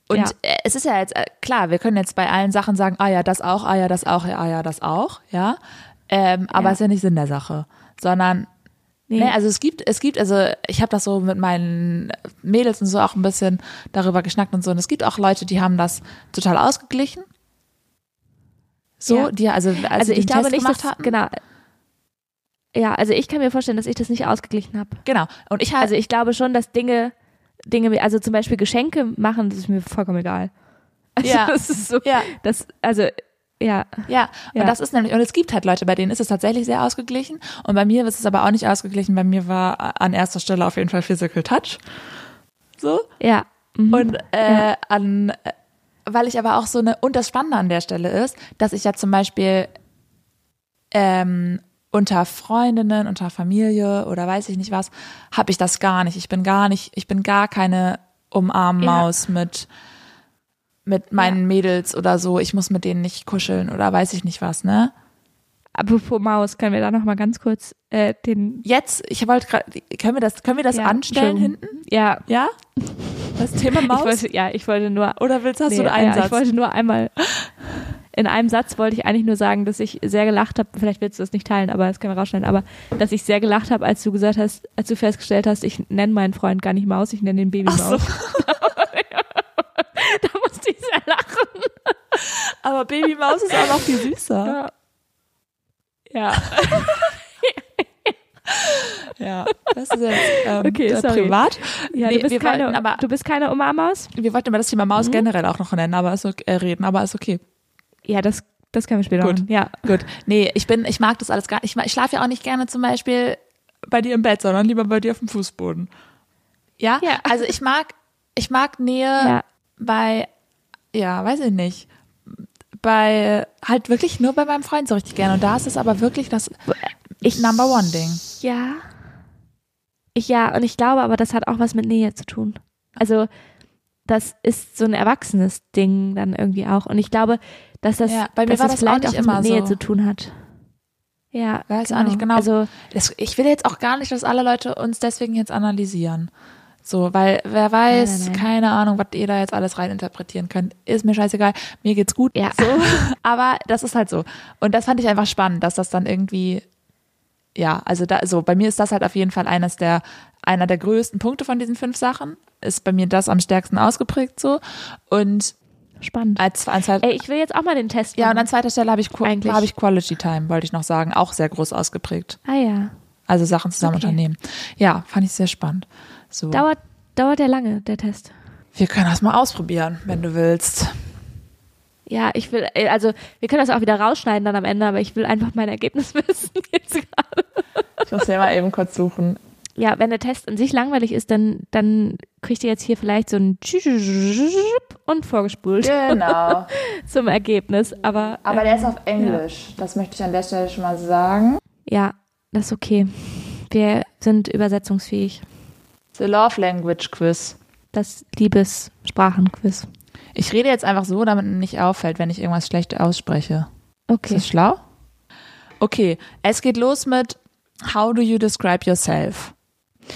A: Und
B: Ja.
A: äh, es ist ja jetzt, äh, klar, wir können jetzt bei allen Sachen sagen, ah ja, das auch, ah ja, das auch, ja, ah ja, das auch, ja. Ähm, aber
B: Ja.
A: ist ja nicht Sinn der Sache, sondern
B: Nee.
A: Ne, also es gibt, es gibt, also ich habe das so mit meinen Mädels und so auch ein bisschen darüber geschnackt und so. Und es gibt auch Leute, die haben das total ausgeglichen. So,
B: Ja.
A: die also als
B: also
A: sie
B: ich
A: den
B: glaube
A: Test
B: nicht,
A: gemacht
B: dass,
A: hatten.
B: genau. Ja, also ich kann mir vorstellen, dass ich das nicht ausgeglichen habe.
A: Genau. Und ich
B: Also
A: also
B: ich glaube schon, dass Dinge, Dinge, also zum Beispiel Geschenke machen, das ist mir vollkommen egal. Also
A: Ja.
B: *laughs* das ist so,
A: ja,
B: das, also, ja,
A: ja,
B: Ja.
A: Und das ist nämlich und es gibt halt Leute, bei denen ist es tatsächlich sehr ausgeglichen. Und bei mir ist es aber auch nicht ausgeglichen. Bei mir war äh, an erster Stelle auf jeden Fall Physical Touch. So.
B: ja. Mhm.
A: Und äh, an, äh, weil ich aber auch so eine, und das Spannende an der Stelle ist, dass ich ja zum Beispiel ähm, unter Freundinnen, unter Familie oder weiß ich nicht was, habe ich das gar nicht. Ich bin gar nicht, ich bin gar keine Umarmmaus mit mit meinen Mädels oder so. Ich muss mit denen nicht kuscheln oder weiß ich nicht was, ne?
B: Apropos Maus, können wir da nochmal ganz kurz äh, den.
A: Jetzt, ich wollte gerade, können wir das, können wir das
B: Ja,
A: anstellen
B: Entschuldigung.
A: hinten?
B: Ja,
A: Ja? Das Thema
B: ich
A: Maus?
B: wollte, ja, ich wollte nur.
A: Oder willst, hast
B: nee,
A: du einen
B: ja,
A: Einsatz?
B: Ich wollte nur einmal. In einem Satz wollte ich eigentlich nur sagen, dass ich sehr gelacht habe. Vielleicht willst du das nicht teilen, aber das können wir rausschneiden. Aber dass ich sehr gelacht habe, als du gesagt hast, als du festgestellt hast, ich nenne meinen Freund gar nicht Maus, ich nenne den Baby Maus. *laughs*
A: Ach so.
B: da musste ich sehr lachen.
A: Aber Baby Maus ist auch noch viel süßer.
B: Ja. ja.
A: Ja, das ist jetzt ähm,
B: Okay,
A: äh,
B: sorry.
A: privat.
B: Ja,
A: Nee,
B: du, bist
A: wir
B: keine, Mhm.
A: wollten aber-
B: du bist keine Umarmaus?
A: Wir wollten über das Thema Maus generell auch noch nennen, aber ist okay, äh, reden, aber ist okay.
B: Ja, das, das können wir später
A: Gut.
B: machen. Ja.
A: Gut. Nee, ich bin, ich mag das alles gar nicht. Ich, ma- ich schlafe ja auch nicht gerne zum Beispiel bei dir im Bett, sondern lieber bei dir auf dem Fußboden. Ja?
B: Ja.
A: Also ich mag, ich mag Nähe
B: Ja.
A: bei, ja, weiß ich nicht. Bei, halt wirklich nur bei meinem Freund so richtig gerne. Und da ist es aber wirklich das
B: Ich-
A: Number One Ding.
B: Ja. Ich, ja, und ich glaube aber, das hat auch was mit Nähe zu tun. Also, das ist so ein erwachsenes Ding dann irgendwie auch. Und ich glaube, dass das,
A: Ja, bei mir
B: dass
A: war
B: das
A: das auch
B: vielleicht
A: nicht
B: auch was
A: immer
B: mit Nähe
A: so.
B: zu tun hat. Ja.
A: Weiß auch nicht genau.
B: Also,
A: Das, ich will jetzt auch gar nicht, dass alle Leute uns deswegen jetzt analysieren. So, weil wer weiß,
B: Nein, nein, nein.
A: keine Ahnung, was ihr da jetzt alles reininterpretieren könnt. Ist mir scheißegal, mir geht's gut.
B: Ja.
A: So. *laughs* Aber das ist halt so. Und das fand ich einfach spannend, dass das dann irgendwie, ja, also da, so, bei mir ist das halt auf jeden Fall eines der, einer der größten Punkte von diesen fünf Sachen. Ist bei mir das am stärksten ausgeprägt so. Und
B: spannend.
A: als, als halt,
B: Ey, ich will jetzt auch mal den Test machen.
A: ja, und an zweiter Stelle habe ich, Qu-
B: Eigentlich.
A: habe ich Quality Time, wollte ich noch sagen, auch sehr groß ausgeprägt.
B: ah ja.
A: Also Sachen zusammen
B: Okay.
A: unternehmen. Ja, fand ich sehr spannend. So.
B: Dauert, dauert der lange, der Test?
A: Wir können das mal ausprobieren, wenn du willst.
B: Ja, ich will, äh, also wir können das auch wieder rausschneiden dann am Ende, aber ich will einfach mein Ergebnis *laughs* wissen jetzt gerade.
A: Ich muss ja mal eben kurz suchen.
B: Ja, wenn der Test an sich langweilig ist, dann, dann kriegt ihr jetzt hier vielleicht so ein und vorgespult
A: Genau.
B: zum Ergebnis. Aber, äh,
A: der ist auf Englisch. Das möchte ich an der Stelle schon mal sagen.
B: äh, ja, das ist okay. Wir sind übersetzungsfähig.
A: The Love Language Quiz.
B: Das Liebessprachenquiz.
A: Ich rede jetzt einfach so, damit mir nicht auffällt, wenn ich irgendwas schlecht ausspreche. Ist
B: Okay.
A: das schlau? Okay, es geht los mit How do you describe yourself?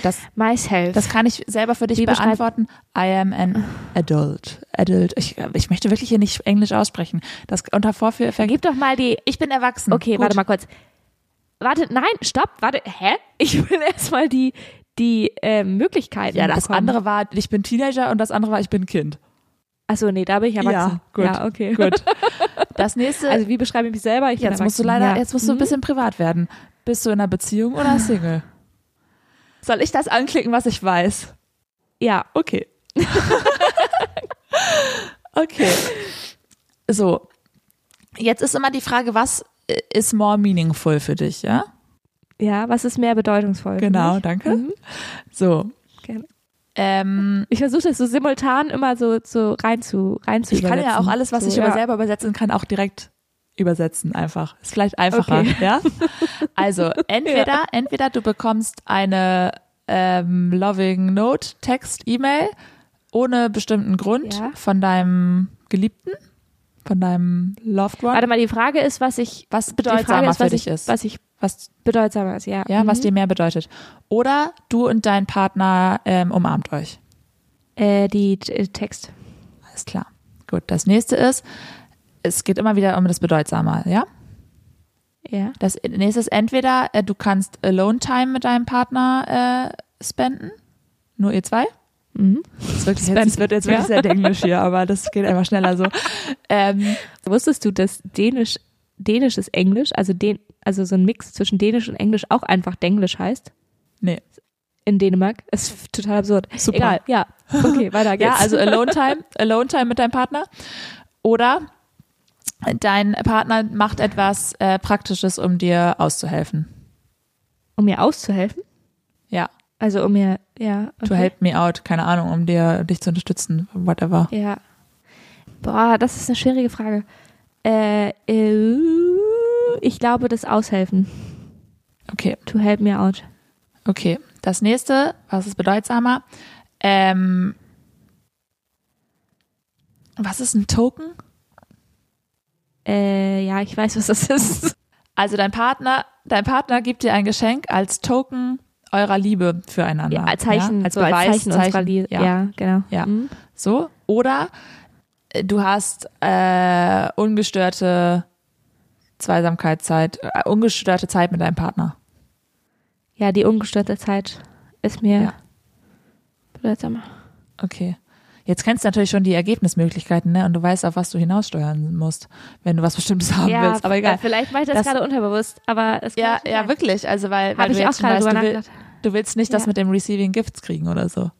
A: Das,
B: Myself.
A: das kann ich selber für dich
B: Wie beschreib-
A: beantworten. I am an adult. Adult. Ich, ich möchte wirklich hier nicht Englisch aussprechen. Das unter Vorführeffekt
B: Gib doch mal die.
A: Ich bin erwachsen.
B: Okay,
A: Hm, Gut.
B: warte mal kurz. Warte, nein, stopp, warte, hä? Ich will *laughs* erstmal die, die äh, Möglichkeiten.
A: Ja, das
B: bekommen.
A: andere war, ich bin Teenager und das andere war, ich bin Kind.
B: Achso, nee, da bin ich erwachsen.
A: Ja, gut.
B: okay.
A: Gut. *laughs* Das nächste,
B: Also wie beschreibe ich mich selber? Ich bin
A: jetzt musst du
B: erwachsen,
A: leider,
B: ja. Mhm.
A: jetzt musst du ein bisschen privat werden. Bist du in einer Beziehung oder Single? Soll ich das anklicken, was ich weiß?
B: Ja,
A: Okay. *laughs* okay. So. Jetzt ist immer die Frage, was äh, ist more meaningful für dich, ja?
B: ja, was ist mehr bedeutungsvoll? für
A: Genau,
B: mich? Mhm.
A: danke. So.
B: Gerne.
A: Ähm,
B: Ich versuche das so simultan immer so, so rein zu, rein zu
A: Ich kann ja auch
B: übersetzen.
A: alles, was
B: so,
A: ich über
B: ja.
A: selber übersetzen kann, auch direkt übersetzen einfach. Ist vielleicht einfacher,
B: Okay. *laughs*
A: ja? Also entweder, entweder du bekommst eine ähm, loving note, Text, E-Mail ohne bestimmten Grund
B: Ja.
A: von deinem Geliebten, von deinem Loved One,
B: Warte mal, die Frage ist, was ich
A: was
B: die Frage
A: bedeutsamer
B: ist,
A: für
B: was
A: dich
B: ich,
A: ist,
B: was ich
A: was,
B: bedeutsamer ist, ja.
A: ja, was
B: Mhm.
A: dir mehr bedeutet. Oder du und dein Partner ähm, umarmt euch.
B: äh, die äh, Text.
A: Alles klar. Gut, das nächste ist, es geht immer wieder um das Bedeutsame, ja?
B: Ja.
A: Das nächste ist entweder, äh, du kannst Alone-Time mit deinem Partner äh, spenden. Nur ihr zwei.
B: Mhm.
A: Das, ist wirklich,
B: Spenden,
A: das wird jetzt wirklich
B: ja.
A: sehr englisch hier, aber das geht einfach schneller so.
B: *laughs*
A: Ähm,
B: Wusstest du, dass Dänisch, Dänisch ist Englisch, also, Dän, also so ein Mix zwischen Dänisch und Englisch auch einfach Denglisch heißt?
A: nee.
B: In Dänemark. Das ist total absurd.
A: Super.
B: Egal, ja.
A: *laughs*
B: Okay, weiter geht's.
A: Ja, also
B: *laughs*
A: Alone Time, Alone Time mit deinem Partner. Oder dein Partner macht etwas äh, Praktisches, um dir auszuhelfen.
B: um mir auszuhelfen?
A: Ja,
B: Also um mir, ja. Okay.
A: to help me out, keine Ahnung, um dir dich zu unterstützen, whatever.
B: Ja. Boah, das ist eine schwierige Frage. Äh, äh, ich glaube, das Aushelfen.
A: Okay,
B: To help me out.
A: okay. Das nächste, was ist bedeutsamer? Ähm, was ist ein Token?
B: Äh, ja, ich weiß, was das *laughs* ist.
A: Also dein Partner, dein Partner gibt dir ein Geschenk als Token eurer Liebe füreinander.
B: Ja, als Zeichen,
A: Ja, als
B: so
A: Beweis,
B: als Zeichen, unserer Liebe.
A: ja.
B: ja, genau.
A: Ja.
B: Mhm.
A: So. Oder äh, du hast äh, ungestörte Zweisamkeitszeit, äh, ungestörte Zeit mit deinem Partner.
B: Ja, die ungestörte Zeit ist mir
A: Ja.
B: bedeutsamer.
A: Okay. Jetzt kennst du natürlich schon die Ergebnismöglichkeiten, ne? Und du weißt, auf was du hinaussteuern musst, wenn du was Bestimmtes haben willst. Aber egal.
B: äh, Vielleicht mache ich das,
A: Das-
B: gerade unterbewusst, aber es kann
A: Ja,
B: schon
A: ja,
B: sein.
A: wirklich. Also weil, weil
B: Habe
A: du
B: ich auch
A: jetzt schon
B: gerade
A: weißt,
B: drüber
A: du, will,
B: nachgedacht.
A: du willst nicht das
B: Ja.
A: mit dem Receiving Gifts kriegen oder so.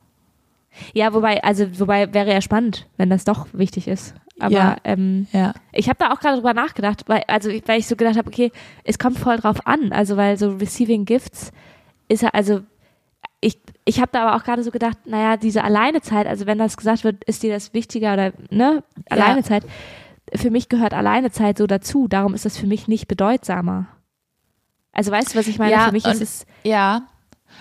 B: Ja, wobei, also wobei wäre ja spannend, wenn das doch wichtig ist. Aber
A: Ja.
B: ähm,
A: Ja.
B: ich habe da auch gerade drüber nachgedacht, weil, also ich- weil ich so gedacht habe, okay, es kommt voll drauf an. Also weil so Receiving Gifts ist ja, also ich, ich habe da aber auch gerade so gedacht, naja, diese Alleinezeit, also wenn das gesagt wird, ist dir das wichtiger oder ne, Alleinezeit. Für mich gehört Alleinezeit so dazu, darum ist das für mich nicht bedeutsamer. Also weißt du, was ich meine?
A: Ja,
B: für mich ist
A: und-
B: es
A: Ja.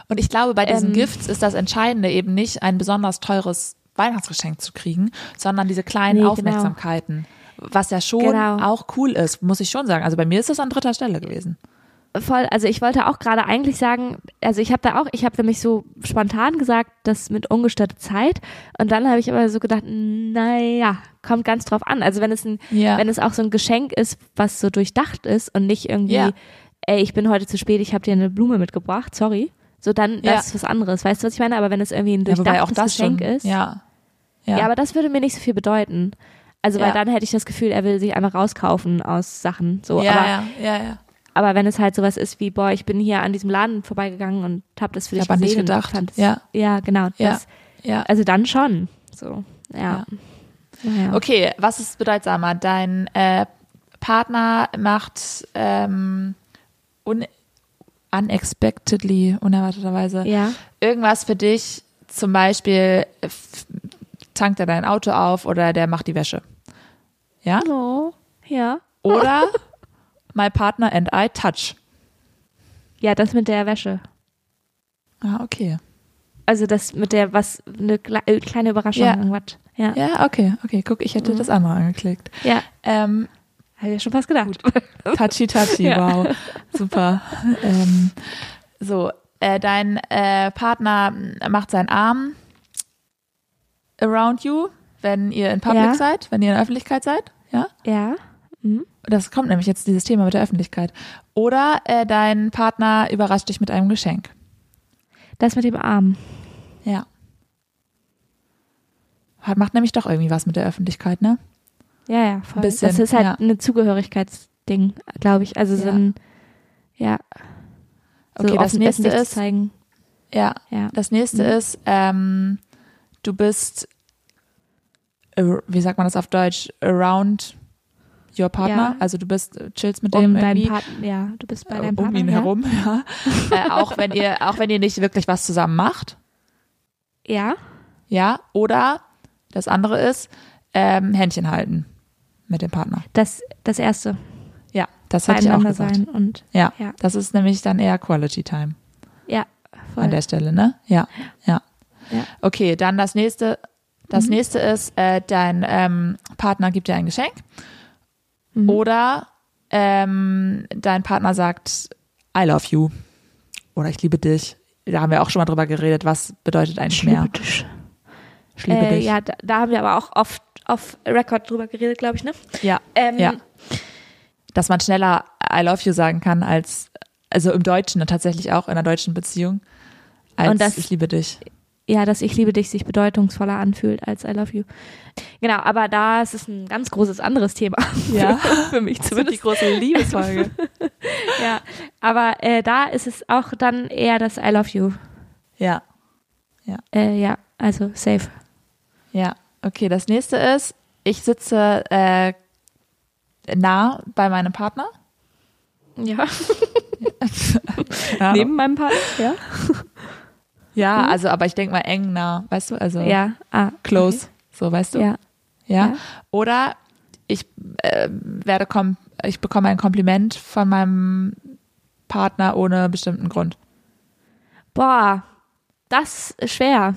A: Und ich glaube, bei diesen
B: Ähm.
A: Gifts ist das Entscheidende eben nicht, ein besonders teures Weihnachtsgeschenk zu kriegen, sondern diese kleinen
B: Nee, genau.
A: Aufmerksamkeiten. Was ja schon
B: Genau.
A: auch cool ist, muss ich schon sagen. Also bei mir ist das an dritter Stelle gewesen.
B: voll, also ich wollte auch gerade eigentlich sagen, also ich habe da auch, ich habe nämlich so spontan gesagt, das mit ungestörter Zeit und dann habe ich aber so gedacht, naja, kommt ganz drauf an. Also wenn es ein,
A: Ja.
B: wenn es auch so ein Geschenk ist, was so durchdacht ist und nicht irgendwie,
A: Ja.
B: ey, ich bin heute zu spät, ich habe dir eine Blume mitgebracht, sorry. So dann, das
A: Ja.
B: ist was anderes, weißt du, was ich meine? Aber wenn es irgendwie ein
A: Ja, wobei
B: durchdachtes
A: auch das
B: Geschenk
A: schon,
B: ist,
A: Ja. Ja.
B: ja. aber das würde mir nicht so viel bedeuten. Also weil
A: Ja.
B: dann hätte ich das Gefühl, er will sich einfach rauskaufen aus Sachen. So,
A: ja,
B: aber
A: ja, ja, ja.
B: aber wenn es halt sowas ist wie, boah, ich bin hier an diesem Laden vorbeigegangen und hab das für
A: Ich
B: dich
A: habe an dich
B: gesehen. und
A: gedacht.
B: fand es-
A: Ja,
B: ja, genau.
A: Ja.
B: Das,
A: ja.
B: also dann schon. So, ja. Naja.
A: Okay, was ist bedeutsamer? Dein äh, Partner macht ähm, un unexpectedly, unerwarteterweise
B: Ja.
A: irgendwas für dich, zum Beispiel äh, f- tankt er dein Auto auf oder der macht die Wäsche. Ja?
B: Hallo. Ja.
A: Oder My Partner and I touch.
B: Ja, das mit der Wäsche.
A: Ah, okay.
B: Also das mit der, was, eine kle- äh, kleine Überraschung,
A: Ja.
B: irgendwas. Ja. ja.
A: Ja, okay, okay. Guck, ich hätte das andere angeklickt. Ähm,
B: Habe ich ja schon fast gedacht.
A: Touchy Touchy,
B: Ja.
A: wow. Super. ähm, so, äh, dein äh, Partner macht seinen Arm around you, wenn ihr in Public
B: Ja.
A: seid, wenn ihr in der Öffentlichkeit seid, ja?
B: *laughs* Ja. Mhm.
A: Das kommt nämlich jetzt dieses Thema mit der Öffentlichkeit. Oder äh, dein Partner überrascht dich mit einem Geschenk.
B: Das mit dem Arm.
A: Ja. Hat, macht nämlich doch irgendwie was mit der Öffentlichkeit, ne?
B: Ja, ja, voll.
A: Bisschen,
B: das ist halt
A: ja.
B: eine Zugehörigkeitsding, glaube ich. Also so
A: Ja.
B: ein, ja, so
A: Okay, das
B: offen,
A: nächste
B: öffentlich zu
A: ist,
B: zeigen.
A: ja,
B: Ja.
A: das nächste
B: Mhm.
A: ist, ähm, du bist, äh, wie sagt man das auf Deutsch, around your partner.
B: Ja.
A: Also du bist, äh, chillst mit
B: um
A: dem
B: deinen
A: irgendwie,
B: Partner, ja, du bist bei
A: äh,
B: deinem
A: um
B: Partner.
A: ihn
B: ja.
A: herum, *laughs* ja. äh, auch wenn ihr, auch wenn ihr nicht wirklich was zusammen macht.
B: Ja,
A: Ja, oder das andere ist, ähm, Händchen halten mit dem Partner.
B: das, das erste.
A: Ja, das hätte ich auch
B: beieinander
A: gesagt.
B: sein und
A: Ja,
B: Ja.
A: das ist nämlich dann eher Quality Time
B: ja, voll.
A: an der Stelle, ne? Ja, ja.
B: Ja. Mhm.
A: Okay, dann das nächste. Das nächste ist, äh, dein ähm, Partner gibt dir ein Geschenk
B: Mhm.
A: oder ähm, dein Partner sagt, I love you oder ich liebe dich. Da haben wir auch schon mal drüber geredet, was bedeutet ein Schmerz?
B: dich.
A: Ich liebe
B: Äh,
A: dich.
B: ja, da, da haben wir aber auch oft auf Record drüber geredet, glaube ich, ne?
A: ja.
B: Ähm,
A: Ja. Dass man schneller I love you sagen kann als, also im Deutschen tatsächlich auch in einer deutschen Beziehung, als
B: Und das-
A: ich liebe dich.
B: ja, dass ich liebe dich sich bedeutungsvoller anfühlt als I love you. Genau, aber da ist es ein ganz großes anderes Thema. *laughs*
A: Ja.
B: für mich zumindest.
A: große Liebesfolge.
B: Ja, aber äh, da ist es auch dann eher das I love you.
A: *laughs* ja,
B: Äh, ja, also safe.
A: ja. Okay, das nächste ist, ich sitze äh, nah bei meinem Partner.
B: Ja,
A: Ja,
B: neben meinem Partner. Ja.
A: ja also, aber ich denke mal eng nah, weißt du? Also
B: *laughs* Ja, ah,
A: close, so weißt du?
B: Okay. Ja,
A: Ja.
B: Ja.
A: Oder ich äh, werde kom ich bekomme ein Kompliment von meinem Partner ohne bestimmten Grund.
B: boah, das ist schwer,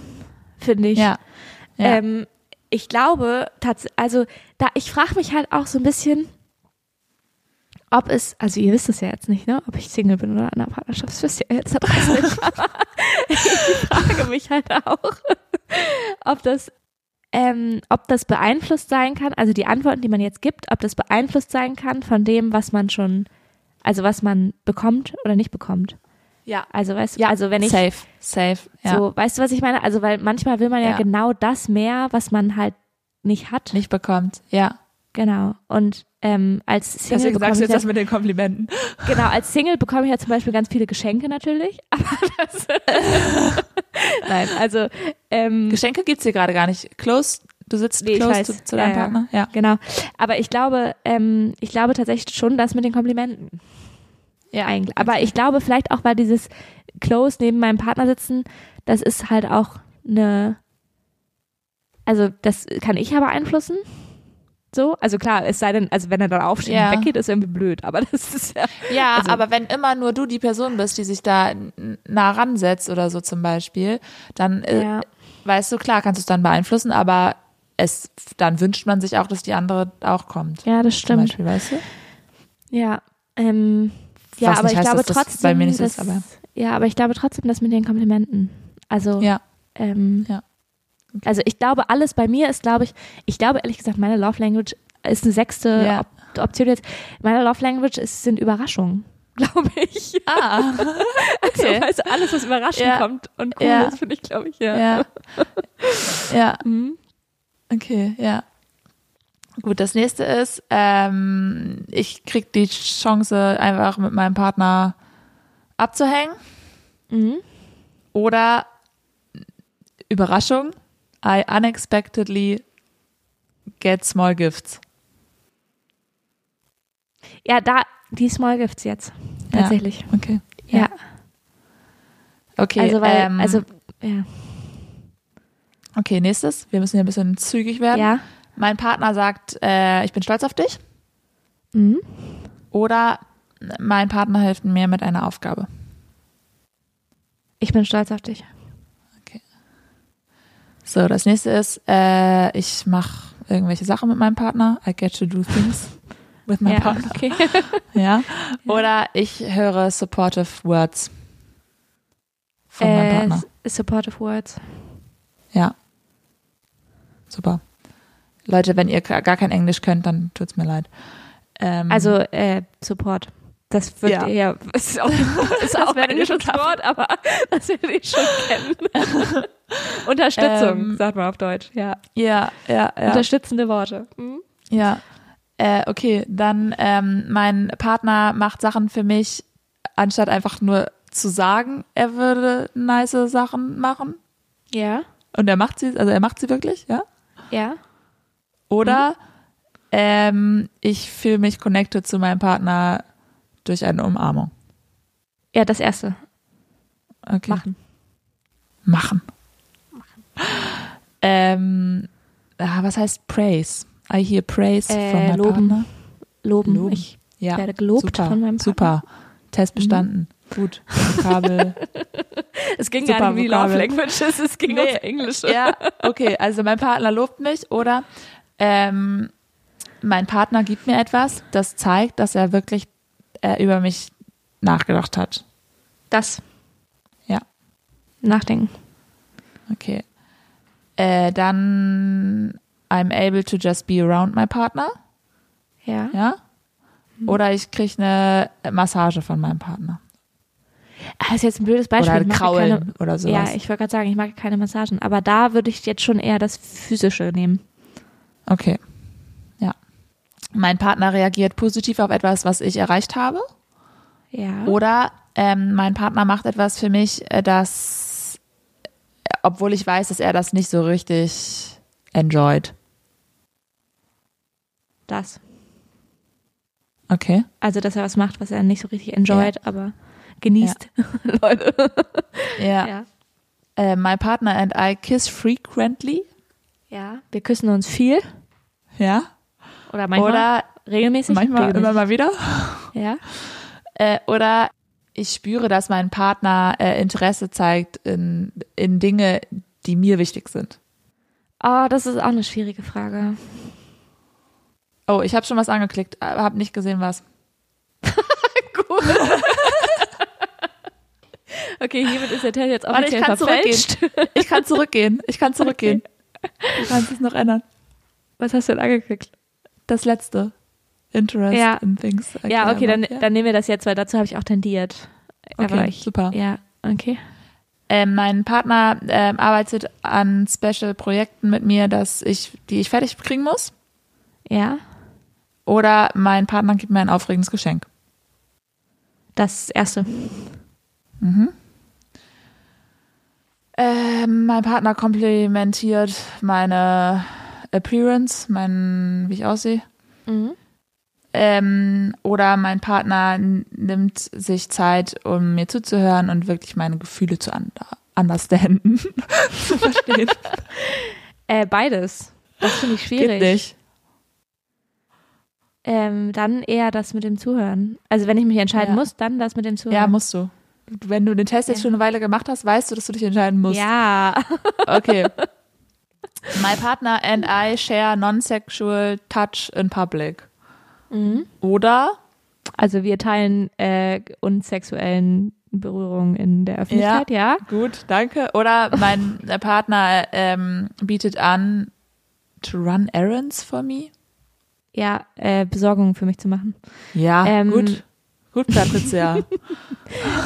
B: finde ich.
A: Ja. Ja.
B: Ähm, ich glaube, tats- also da, ich frage mich halt auch so ein bisschen, ob es, also ihr wisst es ja jetzt nicht, ne? Ob ich Single bin oder in einer Partnerschaft, das wisst ihr jetzt da
A: *laughs*
B: draußen nicht. Aber ich frage mich halt auch, ob das, ähm, ob das beeinflusst sein kann, also die Antworten, die man jetzt gibt, ob das beeinflusst sein kann von dem, was man schon, also was man bekommt oder nicht bekommt.
A: Ja.
B: Also weißt du,
A: Ja,
B: also wenn ich
A: safe, safe. Ja.
B: so, weißt du, was ich meine? Also, weil manchmal will man ja,
A: Ja.
B: genau das mehr, was man halt nicht hat.
A: Nicht bekommt. Ja.
B: Genau. Und ähm, als Single bekomme ich ja,
A: mit den Komplimenten.
B: genau, als Single bekomme ich ja zum Beispiel ganz viele Geschenke natürlich. *laughs* Aber das Nein, also ähm,
A: Geschenke gibt's hier gerade gar nicht. Close, du sitzt
B: Nee, ich
A: close
B: weiß.
A: zu, zu deinem
B: Ja, ja.
A: Partner. Ja.
B: genau. Aber ich glaube, ähm, ich glaube tatsächlich schon das mit den Komplimenten.
A: Ja,
B: eigentlich. Aber ich glaube vielleicht auch, weil dieses close neben meinem Partner sitzen, das ist halt auch eine, also das kann ich ja beeinflussen. So, also klar, es sei denn, also wenn er dann aufsteht
A: Ja.
B: und weggeht, ist irgendwie blöd, aber *laughs* das ist ja.
A: Ja,
B: Also-
A: aber wenn immer nur du die Person bist, die sich da n- nah ransetzt oder so zum Beispiel, dann äh, weißt du, klar, kannst du es dann beeinflussen, aber es, dann wünscht man sich auch, dass die andere auch kommt.
B: ja das
A: Zum Beispiel, weißt du?
B: Ja, ähm, ja
A: Was
B: aber
A: nicht
B: ich
A: heißt,
B: glaube
A: dass das
B: trotzdem.
A: bei mir nicht so ist,
B: dass-
A: aber-
B: Ja, aber ich glaube trotzdem, dass mit den Komplimenten. Also,
A: Ja.
B: ähm,
A: Ja.
B: also ich glaube, alles bei mir ist, glaube ich, ich glaube ehrlich gesagt, meine Love Language ist eine sechste
A: Ja.
B: Op Option jetzt. Meine Love Language ist, sind Überraschungen, *laughs* glaube ich.
A: *laughs* Ah, okay.
B: Also, weißt du, alles, was überraschend
A: Ja.
B: kommt und cool
A: Ja.
B: ist, finde ich, glaube ich, ja.
A: Ja. Ja,
B: Mhm.
A: okay, ja. Gut, das nächste ist, ähm, ich krieg die Chance, einfach mit meinem Partner abzuhängen.
B: Mhm.
A: Oder Überraschung, I unexpectedly get small gifts.
B: ja, da, die Small Gifts jetzt.
A: Ja.
B: Tatsächlich.
A: Okay.
B: Ja.
A: Okay,
B: Also, weil,
A: ähm,
B: also, ja.
A: okay, nächstes. Wir müssen hier ein bisschen zügig werden.
B: ja.
A: Mein Partner sagt, äh, ich bin stolz auf dich.
B: Mhm.
A: Oder mein Partner hilft mir mit einer Aufgabe.
B: Ich bin stolz auf dich.
A: So, das nächste ist, äh, ich mache irgendwelche Sachen mit meinem Partner. I get to do things *laughs* with my
B: ja,
A: partner.
B: *laughs* okay.
A: Ja. Oder ich höre supportive words von meinem
B: äh,
A: Partner.
B: s- Supportive Words.
A: Ja. Super. Leute, wenn ihr gar kein Englisch könnt, dann tut's mir leid. Ähm,
B: Also äh, Support. Das würde
A: Ja.
B: ja. *laughs* Ist
A: *laughs*
B: auch, ist
A: Das
B: auch
A: werdet
B: ein
A: ihr
B: englisches
A: schon
B: Wort, aber *laughs* das würde ich
A: *laughs*
B: schon kennen. *laughs* Unterstützung,
A: Ähm,
B: sagt man auf Deutsch. Ja.
A: ja, ja, ja.
B: Unterstützende Worte. Mhm.
A: ja. Äh, okay, dann ähm, mein Partner macht Sachen für mich, anstatt einfach nur zu sagen, er würde nice Sachen machen.
B: Ja.
A: Und er macht sie, also er macht sie wirklich, ja.
B: Ja.
A: Oder ähm, ich fühle mich connected zu meinem Partner durch eine Umarmung.
B: Ja, das erste.
A: Okay.
B: Machen.
A: Machen. Ähm, ah, was heißt Praise? I hear Praise
B: Äh,
A: von meinem
B: loben.
A: Partner.
B: Loben.
A: Loben.
B: Ich
A: Ja, Mhm.
B: werde gelobt
A: super,
B: von meinem Partner.
A: super. Test bestanden. Gut. Vokabel.
B: Es ging
A: Super
B: gar nicht um die Love
A: Vokabel.
B: Languages, es ging
A: Nee.
B: ums Englische.
A: *laughs* ja, okay. Also mein Partner lobt mich oder ähm, mein Partner gibt mir etwas, das zeigt, dass er wirklich äh, über mich nachgedacht hat.
B: Das.
A: Ja.
B: Nachdenken.
A: Okay. Äh, dann I'm able to just be around my partner.
B: Ja.
A: Ja.
B: Mhm.
A: Oder ich kriege eine Massage von meinem Partner.
B: Ah, Das ist jetzt ein blödes Beispiel.
A: Oder
B: Ich mag ja
A: Kraulen
B: keine-
A: oder sowas.
B: Ja, ich wollte gerade sagen, ich mag keine Massagen. Aber da würde ich jetzt schon eher das Physische nehmen.
A: Okay. Ja. Mein Partner reagiert positiv auf etwas, was ich erreicht habe.
B: Ja.
A: Oder ähm, mein Partner macht etwas für mich, äh, das, äh, obwohl ich weiß, dass er das nicht so richtig enjoyed.
B: das.
A: Okay.
B: Also, dass er was macht, was er nicht so richtig enjoyt, aber genießt. Leute.
A: Ja.
B: Ja.
A: Äh, my partner and I kiss frequently.
B: ja. Wir küssen uns viel.
A: Ja.
B: Oder manchmal.
A: Oder
B: regelmäßig.
A: manchmal immer
B: regelmäßig.
A: mal wieder.
B: Ja.
A: Äh, oder ich spüre, dass mein Partner äh, Interesse zeigt in, in Dinge, die mir wichtig sind.
B: Oh, das ist auch eine schwierige Frage.
A: Oh, ich habe schon was angeklickt, aber habe nicht gesehen, was. *laughs*
B: Okay, hiermit ist der Test jetzt
A: Warte, ich
B: offiziell
A: kann
B: verfälscht.
A: Ich kann zurückgehen. Ich kann zurückgehen. Du kannst es noch ändern.
B: *laughs* Was hast du denn angeklickt?
A: Das letzte. Interest
B: Ja.
A: in things. I
B: Ja,
A: care
B: okay, dann, äh,
A: about. Ja.
B: dann nehmen wir das jetzt, weil dazu habe ich auch tendiert. Aber
A: Okay,
B: ich,
A: super.
B: Ja, okay.
A: Ähm, mein Partner ähm, arbeitet an Special-Projekten mit mir, dass ich, die ich fertig kriegen muss.
B: Ja,
A: Oder mein Partner gibt mir ein aufregendes Geschenk.
B: das erste.
A: Ähm, mein Partner komplimentiert meine Appearance, mein, wie ich aussehe.
B: Mhm.
A: Ähm, oder mein Partner n- nimmt sich Zeit, um mir zuzuhören und wirklich meine Gefühle zu under understanden. *laughs* zu verstehen.
B: Äh, beides. Das finde ich *laughs* schwierig.
A: Geht nicht.
B: Ähm, dann eher das mit dem Zuhören. Also wenn ich mich entscheiden
A: Ja.
B: muss, dann das mit dem Zuhören.
A: Ja, musst du. Wenn du den Test jetzt
B: Ja.
A: schon eine Weile gemacht hast, weißt du, dass du dich entscheiden musst.
B: *laughs* Ja.
A: Okay. My partner and I share non-sexual touch in public.
B: Mhm.
A: Oder
B: Also wir teilen äh, uns sexuellen Berührungen in der Öffentlichkeit, ja.
A: Gut, danke. Oder *laughs* mein Partner ähm, bietet an, to run errands for me.
B: Ja, äh, Besorgungen für mich zu machen.
A: Ja,
B: Ähm,
A: gut. *laughs* Gut, Patricia.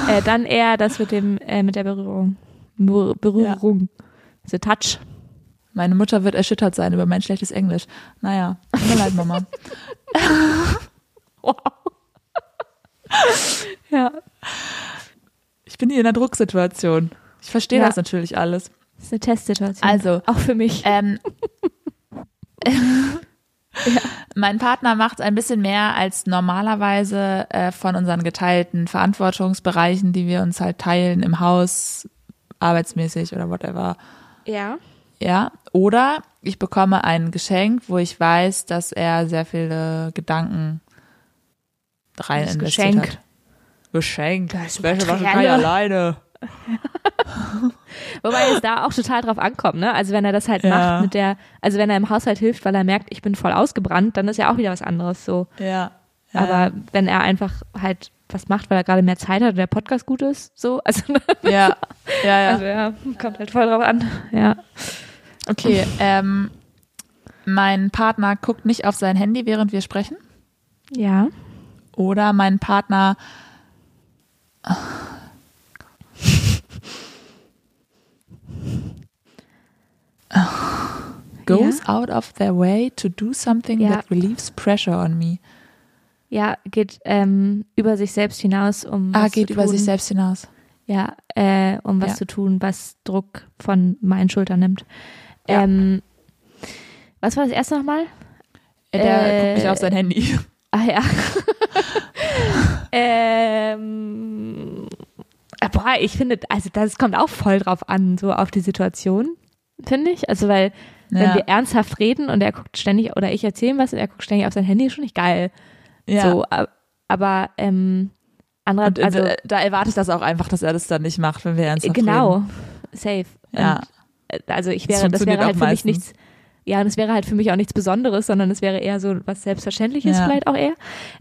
B: Äh, dann eher das mit dem äh, mit der Berührung. Ber Berührung. Also Touch.
A: Meine Mutter wird erschüttert sein über mein schlechtes Englisch. Naja, tut mir leid, Mama.
B: Ja.
A: Ich bin hier in einer Drucksituation. Ich verstehe
B: Ja.
A: das natürlich alles.
B: Das ist eine Testsituation.
A: Also,
B: Auch für mich.
A: *laughs* ähm, mein Partner macht ein bisschen mehr als normalerweise äh, von unseren geteilten Verantwortungsbereichen, die wir uns halt teilen im Haus, arbeitsmäßig oder whatever.
B: ja.
A: Ja, oder ich bekomme ein Geschenk, wo ich weiß, dass er sehr viele Gedanken rein
B: Das
A: investiert
B: Geschenk.
A: hat. Geschenk. Das
B: Materielle.
A: alleine.
B: Wobei es da auch total drauf ankommt, ne? Also wenn er das halt
A: Ja.
B: macht mit der, also wenn er im Haushalt hilft, weil er merkt, ich bin voll ausgebrannt, dann ist ja auch wieder was anderes so.
A: Ja. ja.
B: Aber wenn er einfach halt was macht, weil er gerade mehr Zeit hat und der Podcast gut ist, so, *laughs* also,
A: ja, ja, *laughs* ja.
B: also ja, kommt halt voll drauf an. Ja.
A: Okay, ähm, mein Partner guckt nicht auf sein Handy, während wir sprechen.
B: Ja.
A: Oder mein Partner. *laughs* Goes out of their way to do something
B: Ja.
A: that relieves pressure on me.
B: Ja, geht ähm, über sich selbst hinaus, um
A: Ah,
B: was
A: geht
B: zu
A: über
B: tun.
A: sich selbst hinaus.
B: Ja, äh, um was
A: Ja.
B: zu tun, was Druck von meinen Schultern nimmt.
A: Ja.
B: Ähm, was war das erste nochmal?
A: Der
B: Äh,
A: guckt nicht auf sein Handy.
B: Ah
A: *laughs*
B: ja. ähm, boah, ich finde, also das kommt auch voll drauf an, so auf die Situation, finde ich. Also weil, wenn
A: Ja.
B: wir ernsthaft reden und er guckt ständig, oder ich erzähle ihm was und er guckt ständig auf sein Handy, ist schon nicht geil. So, ab- aber ähm, anderer,
A: Und
B: also
A: äh, da erwarte ich das auch einfach, dass er das dann nicht macht, wenn wir ernsthaft reden.
B: genau, safe.
A: Ja.
B: Und, äh, also ich
A: Das
B: wäre, das,
A: funktioniert
B: wäre halt
A: auch
B: für mich
A: meistens.
B: nichts, ja, und es wäre halt für mich auch nichts Besonderes, sondern es wäre eher so was Selbstverständliches
A: Ja.
B: vielleicht auch eher.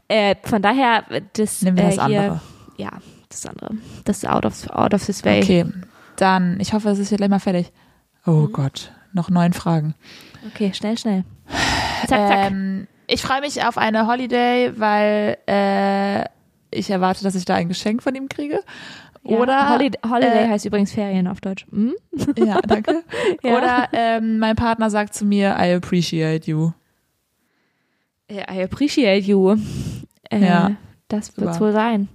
B: Äh, von daher, das,
A: Nehmen wir
B: äh,
A: das
B: hier,
A: andere.
B: Ja, das andere. Das ist out of, out of this way.
A: Okay, dann, ich hoffe, es ist hier gleich mal fertig.
B: Mhm.
A: Oh Gott, noch neun Fragen.
B: Okay, schnell, schnell. Zack, zack.
A: Ähm, Ich freue mich auf eine Holiday, weil äh, ich erwarte, dass ich da ein Geschenk von ihm kriege.
B: Ja,
A: Oder
B: Holi- Holiday
A: äh,
B: heißt übrigens Ferien auf Deutsch. Hm?
A: *laughs* Ja, danke.
B: *laughs* Ja.
A: Oder ähm, mein Partner sagt zu mir, I appreciate you.
B: Ja, I appreciate you. Äh,
A: Ja,
B: Das
A: super.
B: wird's wohl sein.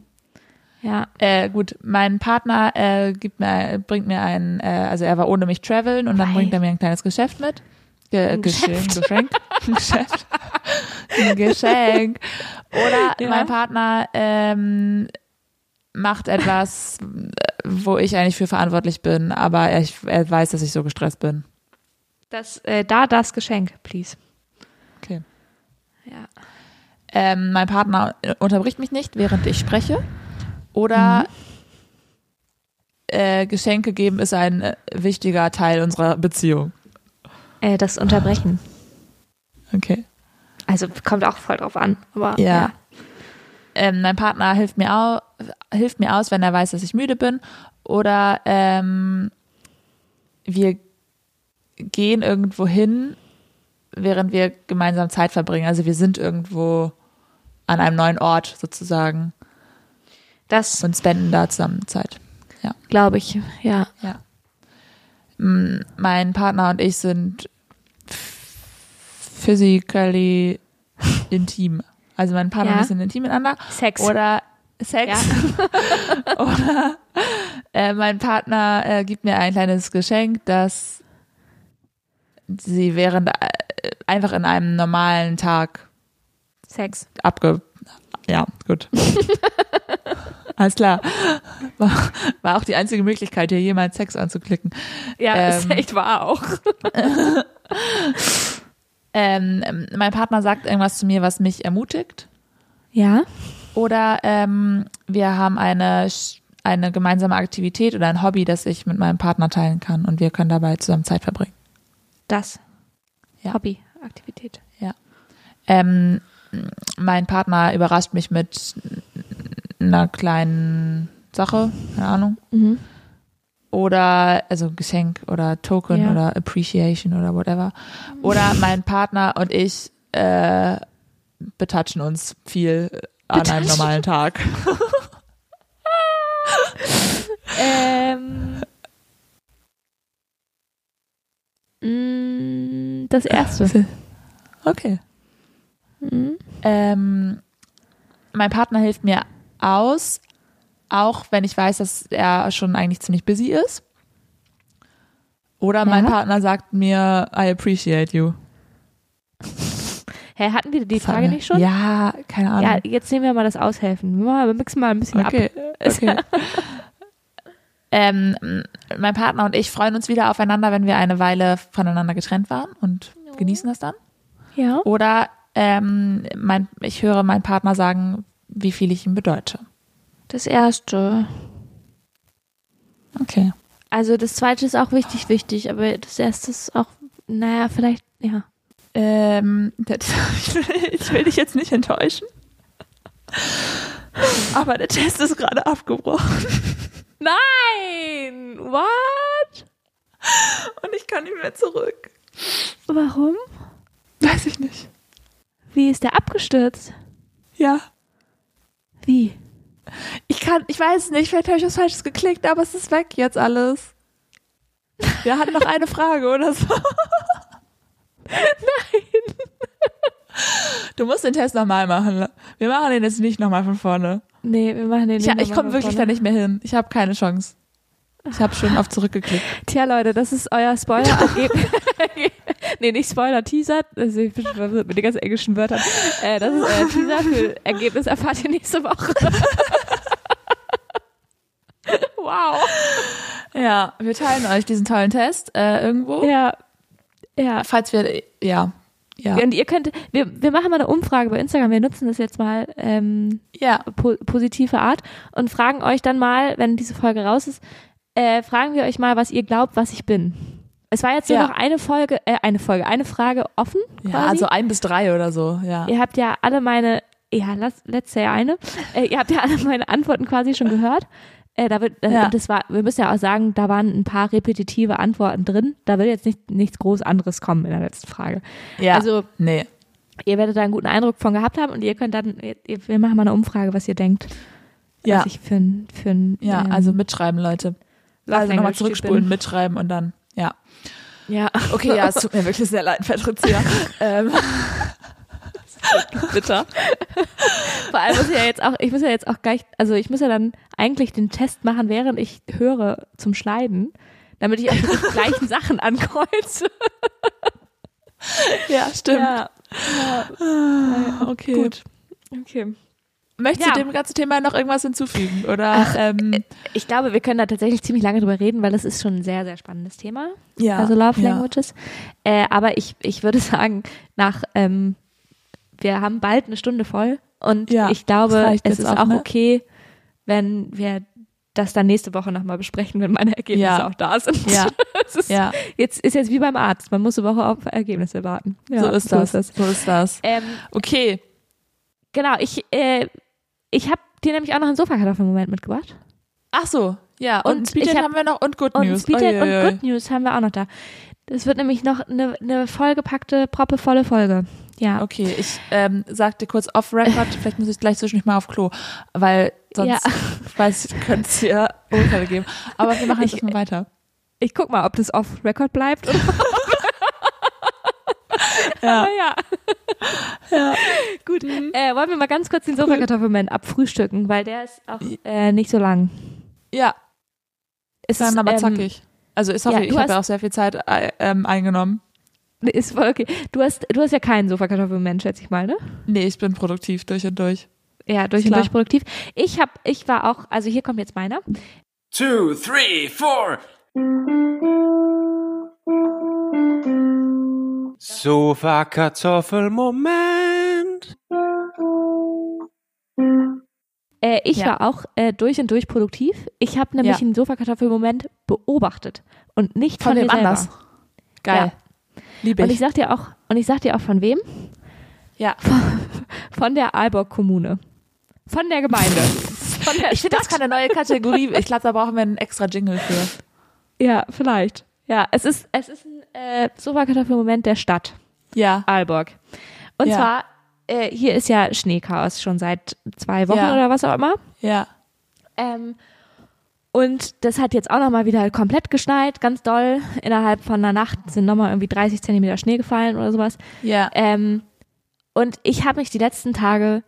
B: Ja.
A: Äh, gut, mein Partner äh, gibt mir, bringt mir ein, äh, also er war ohne mich traveln und dann
B: Weil-
A: bringt er mir ein kleines Geschäft mit. Ge
B: Ein
A: Geschenk.
B: Geschäft.
A: Geschenk. Ein Geschäft. *laughs* Ein Geschenk. Oder
B: Ja.
A: mein Partner ähm, macht etwas, äh, wo ich eigentlich für verantwortlich bin, aber er, ich, er weiß, dass ich so gestresst bin.
B: Das, äh, da das Geschenk, please.
A: Okay.
B: Ja.
A: ähm, mein Partner unterbricht mich nicht, während ich spreche. Oder äh, Geschenke geben ist ein äh, wichtiger Teil unserer Beziehung.
B: Äh, das Unterbrechen.
A: Okay.
B: Also kommt auch voll drauf an. Aber
A: Ja. Ähm, mein Partner hilft mir, au hilft mir aus, wenn er weiß, dass ich müde bin. Oder ähm, wir gehen irgendwo hin, während wir gemeinsam Zeit verbringen. Also wir sind irgendwo an einem neuen Ort sozusagen
B: Das
A: und spenden da zusammen Zeit. Ja.
B: glaube ich, ja.
A: Ja. Mm, Mein Partner und ich sind physically intim. Also mein Partner und
B: Ja.
A: ich sind intim miteinander.
B: Sex.
A: Oder Sex. *laughs* Oder äh, mein Partner äh, gibt mir ein kleines Geschenk, das sie während äh, einfach in einem normalen Tag
B: *laughs* Sex.
A: abge... Ja,
B: *laughs*
A: gut. Alles klar. War, war auch die einzige Möglichkeit, hier jemals Sex anzuklicken.
B: Ja,
A: Ähm. ist
B: echt wahr auch.
A: ähm, ähm, mein Partner sagt irgendwas zu mir, was mich ermutigt.
B: Ja.
A: Oder ähm, wir haben eine, Sch- eine gemeinsame Aktivität oder ein Hobby, das ich mit meinem Partner teilen kann und wir können dabei zusammen Zeit verbringen.
B: Das.
A: Ja.
B: Hobby, Aktivität.
A: Ähm, m- mein Partner überrascht mich mit einer kleinen Sache, keine Ahnung.
B: Mhm.
A: Oder also Geschenk oder Token
B: Ja.
A: oder Appreciation oder whatever. Oder mein Partner und ich äh, betatschen uns viel an einem
B: Betatschen.
A: normalen Tag.
B: Ähm. Mm, Das erste.
A: Okay.
B: Mhm.
A: Ähm, mein Partner hilft mir aus, auch wenn ich weiß, dass er schon eigentlich ziemlich busy ist. Oder mein
B: Ja.
A: Partner sagt mir, I appreciate you.
B: *laughs* Hä, hatten wir die
A: Das hat
B: Frage
A: mir-
B: nicht schon?
A: Ja, keine Ahnung.
B: Ja, jetzt nehmen wir mal das Aushelfen. Wir machen- wir mixen mal ein bisschen ab.
A: okay. okay. *laughs* ähm, m- mein Partner und ich freuen uns wieder aufeinander, wenn wir eine Weile voneinander getrennt waren und genießen das dann.
B: Ja.
A: Oder ähm, mein, ich höre meinen Partner sagen, wie viel ich ihm bedeute.
B: Das erste.
A: Okay.
B: Also das zweite ist auch wichtig, wichtig, aber das erste ist auch, naja, vielleicht, ja.
A: Ähm, der, *laughs* ich, will, ich will dich jetzt nicht enttäuschen. Aber der Test ist gerade abgebrochen
B: Nein! What?
A: und ich kann nicht mehr zurück.
B: Warum?
A: Weiß ich nicht.
B: Wie ist der abgestürzt?
A: Ja.
B: Wie?
A: Ich kann, ich weiß nicht, vielleicht habe ich was Falsches geklickt, aber es ist weg jetzt alles. Wir hatten noch eine Frage oder so. Nein. Du musst den Test nochmal machen. Wir machen den jetzt nicht nochmal von vorne.
B: Nee, wir machen den
A: Ich, ich komme wirklich da nicht mehr hin. Ich habe keine Chance. Ich habe schon auf zurückgeklickt.
B: Tja, Leute, das ist euer *laughs* Spoiler. nee, nicht Spoiler, Teaser. Also ich bin schon verwirrt mit den ganzen englischen Wörtern. Äh, das ist euer Teaser für Ergebnis erfahrt ihr nächste Woche. *laughs* wow.
A: Ja, wir teilen euch diesen tollen Test äh, irgendwo.
B: Ja. Ja.
A: Falls wir, ja, ja,
B: Und ihr könnt, wir, wir machen mal eine Umfrage bei Instagram. Wir nutzen das jetzt mal ähm,
A: ja,
B: po positive Art und fragen euch dann mal, wenn diese Folge raus ist, äh, fragen wir euch mal, was ihr glaubt, was ich bin. Es war jetzt nur
A: Ja.
B: noch eine Folge, äh, eine Folge, eine Frage offen.
A: ja.
B: quasi.
A: Also ein bis drei oder so, ja.
B: Ihr habt ja alle meine, ja, las- letzte ja eine, äh, ihr habt ja alle meine Antworten quasi schon gehört. Äh, da wird, äh,
A: Ja.
B: das war, wir müssen ja auch sagen, da waren ein paar repetitive Antworten drin. Da wird jetzt nicht, nichts groß anderes kommen in der letzten Frage.
A: ja.
B: Also
A: nee.
B: Ihr werdet da einen guten Eindruck von gehabt haben und ihr könnt dann, ihr, ihr- wir machen mal eine Umfrage, was ihr denkt.
A: Ja.
B: Was ich für ein, für ein
A: Ja,
B: ähm,
A: also mitschreiben, Leute. Also nochmal
B: Love-Language-Typ
A: zurückspulen,
B: bin.
A: mitschreiben und dann, ja.
B: Ja.
A: Okay, ja, es tut mir wirklich sehr leid, *laughs* Patricia. ähm, bitter.
B: *laughs* Vor allem muss ich ja jetzt auch, ich muss ja jetzt auch gleich, also ich muss ja dann eigentlich den Test machen, während ich höre zum Schneiden, damit ich auch *laughs* die gleichen Sachen ankreuze.
A: Ja, stimmt. Ah, okay.
B: Gut. Okay.
A: Möchtest du
B: Ja.
A: dem ganzen Thema noch irgendwas hinzufügen? Oder ähm,
B: Ich glaube, wir können da tatsächlich ziemlich lange drüber reden, weil das ist schon ein sehr, sehr spannendes Thema.
A: ja,
B: also Love
A: ja.
B: Languages. Äh, aber ich, ich würde *laughs* sagen, nach ähm, wir haben bald eine Stunde voll und
A: Ja,
B: ich glaube,
A: reicht
B: es
A: jetzt
B: ist
A: auch,
B: auch
A: ne?
B: okay, wenn wir das dann nächste Woche nochmal besprechen, wenn meine Ergebnisse
A: Ja.
B: auch da sind. *laughs*
A: Ja.
B: es ist,
A: *laughs* Ja,
B: Jetzt ist jetzt wie beim Arzt, man muss eine Woche auf Ergebnisse warten. Ja,
A: so ist das. So ist das.
B: Ähm,
A: Okay.
B: genau, ich, äh, ich habe dir nämlich auch noch einen Sofakartoffelmoment mitgebracht.
A: Ach so, ja. Und,
B: Und
A: und
B: ich hab-
A: haben wir noch und Good
B: Und
A: News.
B: Speedtest
A: Uiuiui.
B: und Good News haben wir auch noch da. Das wird nämlich noch eine, eine vollgepackte, proppevolle Folge. Ja.
A: Okay, ich ähm, sag dir kurz off record, vielleicht muss ich gleich zwischendurch mal auf Klo, weil sonst
B: Ja.
A: ich weiß, könnte es ja Urteile geben. Aber wir machen jetzt
B: Ich-
A: erstmal weiter.
B: Ich guck mal, ob das off Record bleibt.
A: *laughs*
B: Oder *laughs*
A: Ja.
B: Aber ja. Gut.
A: Mhm.
B: Äh, wollen wir mal ganz kurz den Sofakartoffelmoment abfrühstücken, weil der ist auch äh, nicht so lang.
A: Ja,
B: Es
A: dann
B: ist,
A: aber
B: ähm,
A: zackig. Also ich hoffe,
B: ja,
A: ich
B: du
A: habe ja
B: hast-
A: auch sehr viel Zeit äh, ähm, eingenommen.
B: Ist voll okay. Du hast, du hast ja keinen Sofakartoffelmoment, schätze ich mal, ne?
A: Nee, ich bin produktiv durch und durch.
B: Ja, durch
A: Klar.
B: und durch produktiv. Ich hab, ich war auch, also hier kommt jetzt meiner.
C: two, three, four. Sofa Kartoffelmoment.
B: Äh, ich
A: Ja.
B: war auch äh, durch und durch produktiv. Ich habe nämlich
A: Ja.
B: den Sofakartoffelmoment beobachtet und nicht
A: Von
B: von,
A: wem
B: mir selber.
A: anders. Geil. Liebe
B: Und
A: ich.
B: ich sag dir auch, und ich sag dir auch von wem?
A: *laughs* ja.
B: Von der Aalborg Kommune. Von der
A: *laughs*
B: Gemeinde. Von der
A: Ich finde, das kann eine neue Kategorie. Ich glaube, da brauchen wir einen extra Jingle für.
B: ja, vielleicht. Ja, es ist, es ist ein äh, Sofakartoffelmoment der Stadt
A: Ja.
B: Aalborg. Und
A: Ja.
B: zwar, äh, hier ist ja Schneechaos schon seit zwei Wochen
A: Ja.
B: oder was auch immer.
A: Ja.
B: Ähm, und das hat jetzt auch nochmal wieder komplett geschneit, ganz doll. Innerhalb von einer Nacht sind nochmal irgendwie 30 Zentimeter Schnee gefallen oder sowas.
A: Ja.
B: Ähm, und ich habe mich die letzten Tage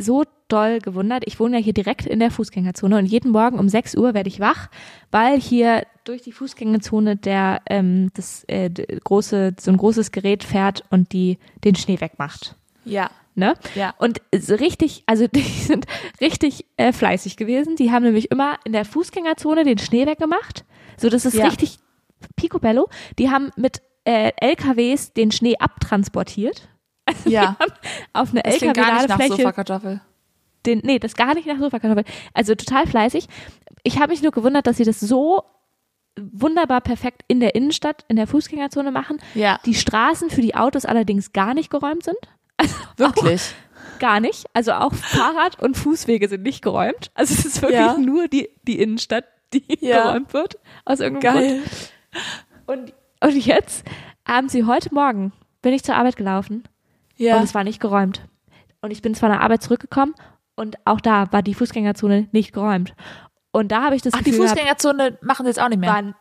B: so doll gewundert. Ich wohne ja hier direkt in der Fußgängerzone und jeden Morgen um 6 Uhr werde ich wach, weil hier durch die Fußgängerzone der ähm, das äh, d- große so ein großes Gerät fährt und die den Schnee wegmacht.
A: Ja.
B: Ne?
A: Ja.
B: Und so richtig, also *laughs* die sind richtig äh, fleißig gewesen. Die haben nämlich immer in der Fußgängerzone den Schnee weggemacht. So, das ist
A: Ja.
B: richtig picobello. Die haben mit äh, LKWs den Schnee abtransportiert
A: *laughs* Ja.
B: auf eine
A: Das klingt gar nicht nach
B: LKW-Ladefläche.
A: Sofakartoffel.
B: Den, nee, das gar nicht nach Sofakartoffel. Also total fleißig. Ich habe mich nur gewundert, dass sie das so wunderbar perfekt in der Innenstadt, in der Fußgängerzone machen.
A: Ja.
B: Die Straßen für die Autos allerdings gar nicht geräumt sind.
A: Wirklich.
B: Gar nicht. Also auch Fahrrad und Fußwege sind nicht geräumt. Also es ist wirklich
A: Ja.
B: nur die, die Innenstadt, die *laughs*
A: Ja.
B: geräumt wird. Aus
A: Oh,
B: irgendeinem Grund. Und, und jetzt haben sie heute Morgen, bin ich zur Arbeit gelaufen
A: Ja.
B: und es war nicht geräumt. Und ich bin von der Arbeit zurückgekommen und auch da war die Fußgängerzone nicht geräumt. Und da habe ich das
A: Ach, die
B: Gefühl gehabt,
A: Fußgängerzone machen sie jetzt auch nicht mehr.
B: waren,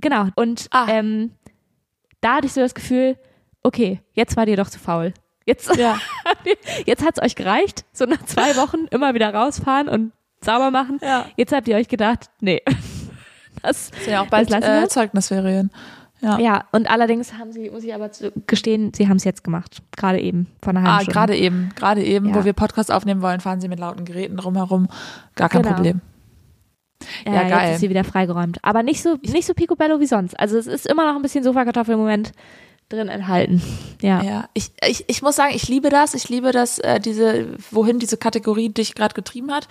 B: genau. Und
A: Ah.
B: ähm, da hatte ich so das Gefühl, okay, jetzt war dir doch zu faul. Jetzt,
A: *laughs* Ja.
B: jetzt hat's euch gereicht, so nach
A: *laughs*
B: zwei Wochen immer wieder rausfahren und sauber machen.
A: Ja.
B: Jetzt habt ihr euch gedacht, nee. *laughs* Das,
A: Ist ja auch bald
B: Das lassen wir.
A: äh, Zeugnisferien. Ja.
B: ja, und allerdings haben sie, muss ich aber zu gestehen, sie haben's jetzt gemacht. Gerade eben, vor einer halben
A: Ah,
B: Stunde.
A: gerade eben, gerade eben,
B: Ja.
A: wo wir Podcast aufnehmen wollen, fahren sie mit lauten Geräten drumherum. Gar kein
B: Genau.
A: Problem.
B: Äh,
A: Ja, geil.
B: Jetzt ist sie wieder freigeräumt. Aber nicht so, nicht so picobello wie sonst. Also es ist immer noch ein bisschen Sofakartoffelmoment drin enthalten. Ja.
A: Ja, ich, ich, ich muss sagen, ich liebe das. Ich liebe das, äh, diese, wohin diese Kategorie dich gerade getrieben hat,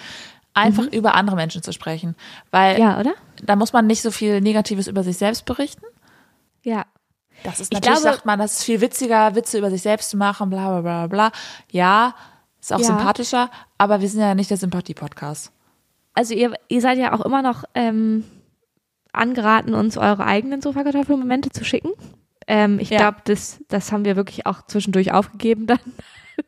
A: einfach über andere Menschen zu sprechen. Weil
B: ja, oder?
A: da muss man nicht so viel Negatives über sich selbst berichten.
B: Ja.
A: Das ist
B: Ich
A: natürlich,
B: glaube-
A: sagt man, das ist viel witziger, Witze über sich selbst zu machen, bla bla bla bla. Ja, ist auch
B: Ja.
A: sympathischer, aber wir sind ja nicht der Sympathie-Podcast.
B: also ihr, ihr seid ja auch immer noch ähm, angeraten, uns eure eigenen Sofakartoffelmomente zu schicken. Ähm, ich
A: Ja.
B: glaube, das, das haben wir wirklich auch zwischendurch aufgegeben, dann *laughs*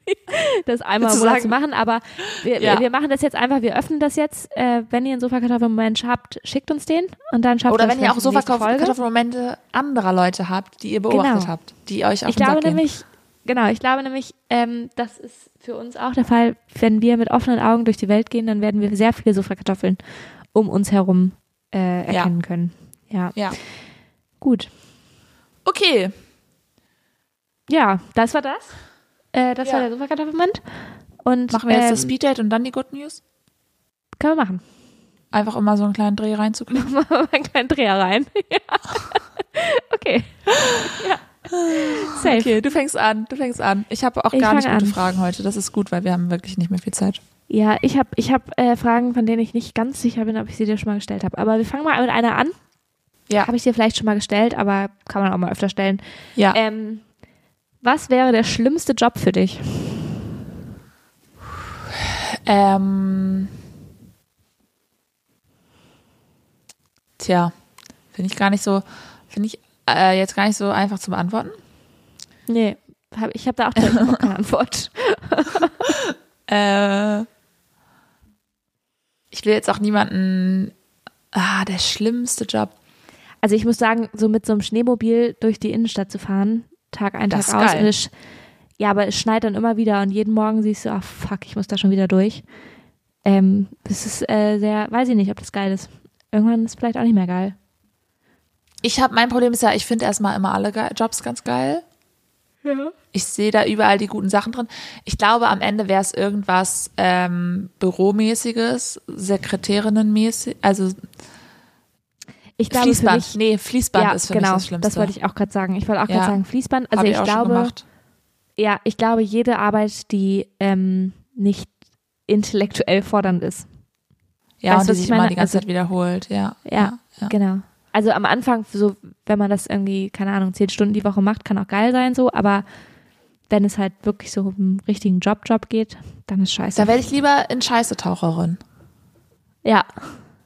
B: das einmal im
A: Zu
B: Monat
A: sagen.
B: zu machen. Aber wir,
A: Ja.
B: wir machen das jetzt einfach, wir öffnen das jetzt. Äh, wenn ihr einen Sofakartoffelmoment habt, schickt uns den und dann schafft
A: Oder
B: ihr
A: wenn ihr auch so
B: Sofakartoffelmoment
A: Kartoffelmomente anderer Leute habt, die ihr beobachtet
B: Genau.
A: habt, die euch auf
B: Ich
A: den
B: glaube
A: Sack gehen.
B: nämlich, genau, ich glaube nämlich, ähm, das ist für uns auch der Fall, wenn wir mit offenen Augen durch die Welt gehen, dann werden wir sehr viele Sofakartoffeln um uns herum äh, erkennen können. Ja,
A: Ja.
B: gut.
A: Okay,
B: Ja, das war das. Äh, das
A: Ja.
B: war der Sofakartoffelmoment. Und
A: machen wir jetzt
B: ähm,
A: das Speeddate und dann die Good News?
B: Können wir machen. *laughs*
A: Einfach immer so einen kleinen Dreh reinzukriegen.
B: Machen wir mal einen kleinen Dreher rein. *laughs* ja.
A: *laughs*
B: Okay. ja. Safe.
A: Okay, du fängst an, du fängst an. Ich habe auch
B: Ich
A: gar nicht
B: fange
A: gute
B: an.
A: Fragen heute. Das ist gut, weil wir haben wirklich nicht mehr viel Zeit.
B: Ja, ich habe ich hab, äh, Fragen, von denen ich nicht ganz sicher bin, ob ich sie dir schon mal gestellt habe. Aber wir fangen mal mit einer an.
A: Ja.
B: Habe ich dir vielleicht schon mal gestellt, aber kann man auch mal öfter stellen.
A: Ja.
B: Ähm, was wäre der schlimmste Job für dich?
A: Ähm, tja, finde ich gar nicht so, finde ich äh, jetzt gar nicht so einfach zu beantworten.
B: Nee, hab, ich habe da auch direkt auch
A: *laughs*
B: keine Antwort.
A: Äh, ich will jetzt auch niemanden. Ah, der schlimmste Job.
B: Also ich muss sagen, so mit so einem Schneemobil durch die Innenstadt zu fahren, Tag ein,
A: Das
B: Tag
A: ist
B: aus.
A: geil.
B: Und es, ja, aber es schneit dann immer wieder und jeden Morgen siehst du, ah fuck, ich muss da schon wieder durch. Ähm, das ist äh, sehr, weiß ich nicht, ob das geil ist. Irgendwann ist es vielleicht auch nicht mehr geil.
A: Ich habe mein Problem ist ja, ich finde erstmal immer alle ge Jobs ganz geil. Ich sehe da überall die guten Sachen drin. Ich glaube, am Ende wäre es irgendwas ähm, Büromäßiges, Sekretärinnenmäßig, also
B: Ich glaube,
A: Fließband.
B: Für mich,
A: nee, Fließband
B: ja,
A: ist für
B: genau,
A: mich das Schlimmste.
B: wollte ich auch gerade sagen. Ich wollte auch
A: Ja.
B: gerade sagen, Fließband. Also
A: Hab
B: ich,
A: ich auch
B: glaube,
A: schon gemacht.
B: ja, ich glaube, jede Arbeit, die ähm, nicht intellektuell fordernd ist.
A: Ja, und
B: Weißt du, was
A: die
B: ich
A: sich immer
B: meine?
A: die ganze
B: Also-
A: Zeit wiederholt, ja.
B: Ja,
A: ja.
B: Genau. Also am Anfang, so wenn man das irgendwie, keine Ahnung, zehn Stunden die Woche macht, kann auch geil sein so, aber wenn es halt wirklich so um einen richtigen Job-Job geht, dann ist scheiße.
A: Da werde ich lieber in Scheiße Taucherin.
B: ja,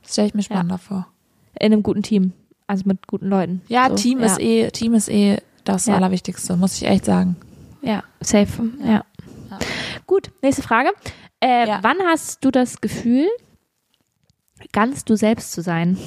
A: Das stelle ich mir spannender vor.
B: in einem guten Team. Also mit guten Leuten.
A: Ja,
B: so,
A: Team
B: ja,
A: ist eh, Team ist eh das
B: Ja.
A: Allerwichtigste, muss ich echt sagen.
B: Ja, safe. Ja.
A: Ja.
B: Gut, nächste Frage. Äh,
A: Ja.
B: Wann hast du das Gefühl, ganz du selbst zu sein?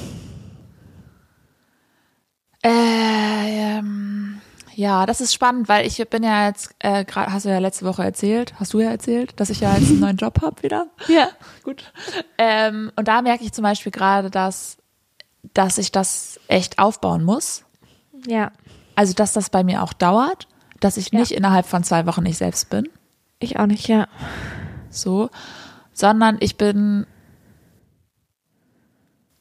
A: Äh, ähm, ja, das ist spannend, weil ich bin ja jetzt äh, gerade, hast du ja letzte Woche erzählt, hast du ja erzählt, dass ich ja jetzt einen neuen Job habe wieder. *laughs*
B: Ja.
A: Gut. Ähm, und da merke ich zum Beispiel gerade, dass, dass ich das echt aufbauen muss.
B: Ja.
A: Also, dass das bei mir auch dauert, dass ich
B: Ja.
A: nicht innerhalb von zwei Wochen ich selbst bin.
B: Ich auch nicht, ja.
A: so, sondern ich bin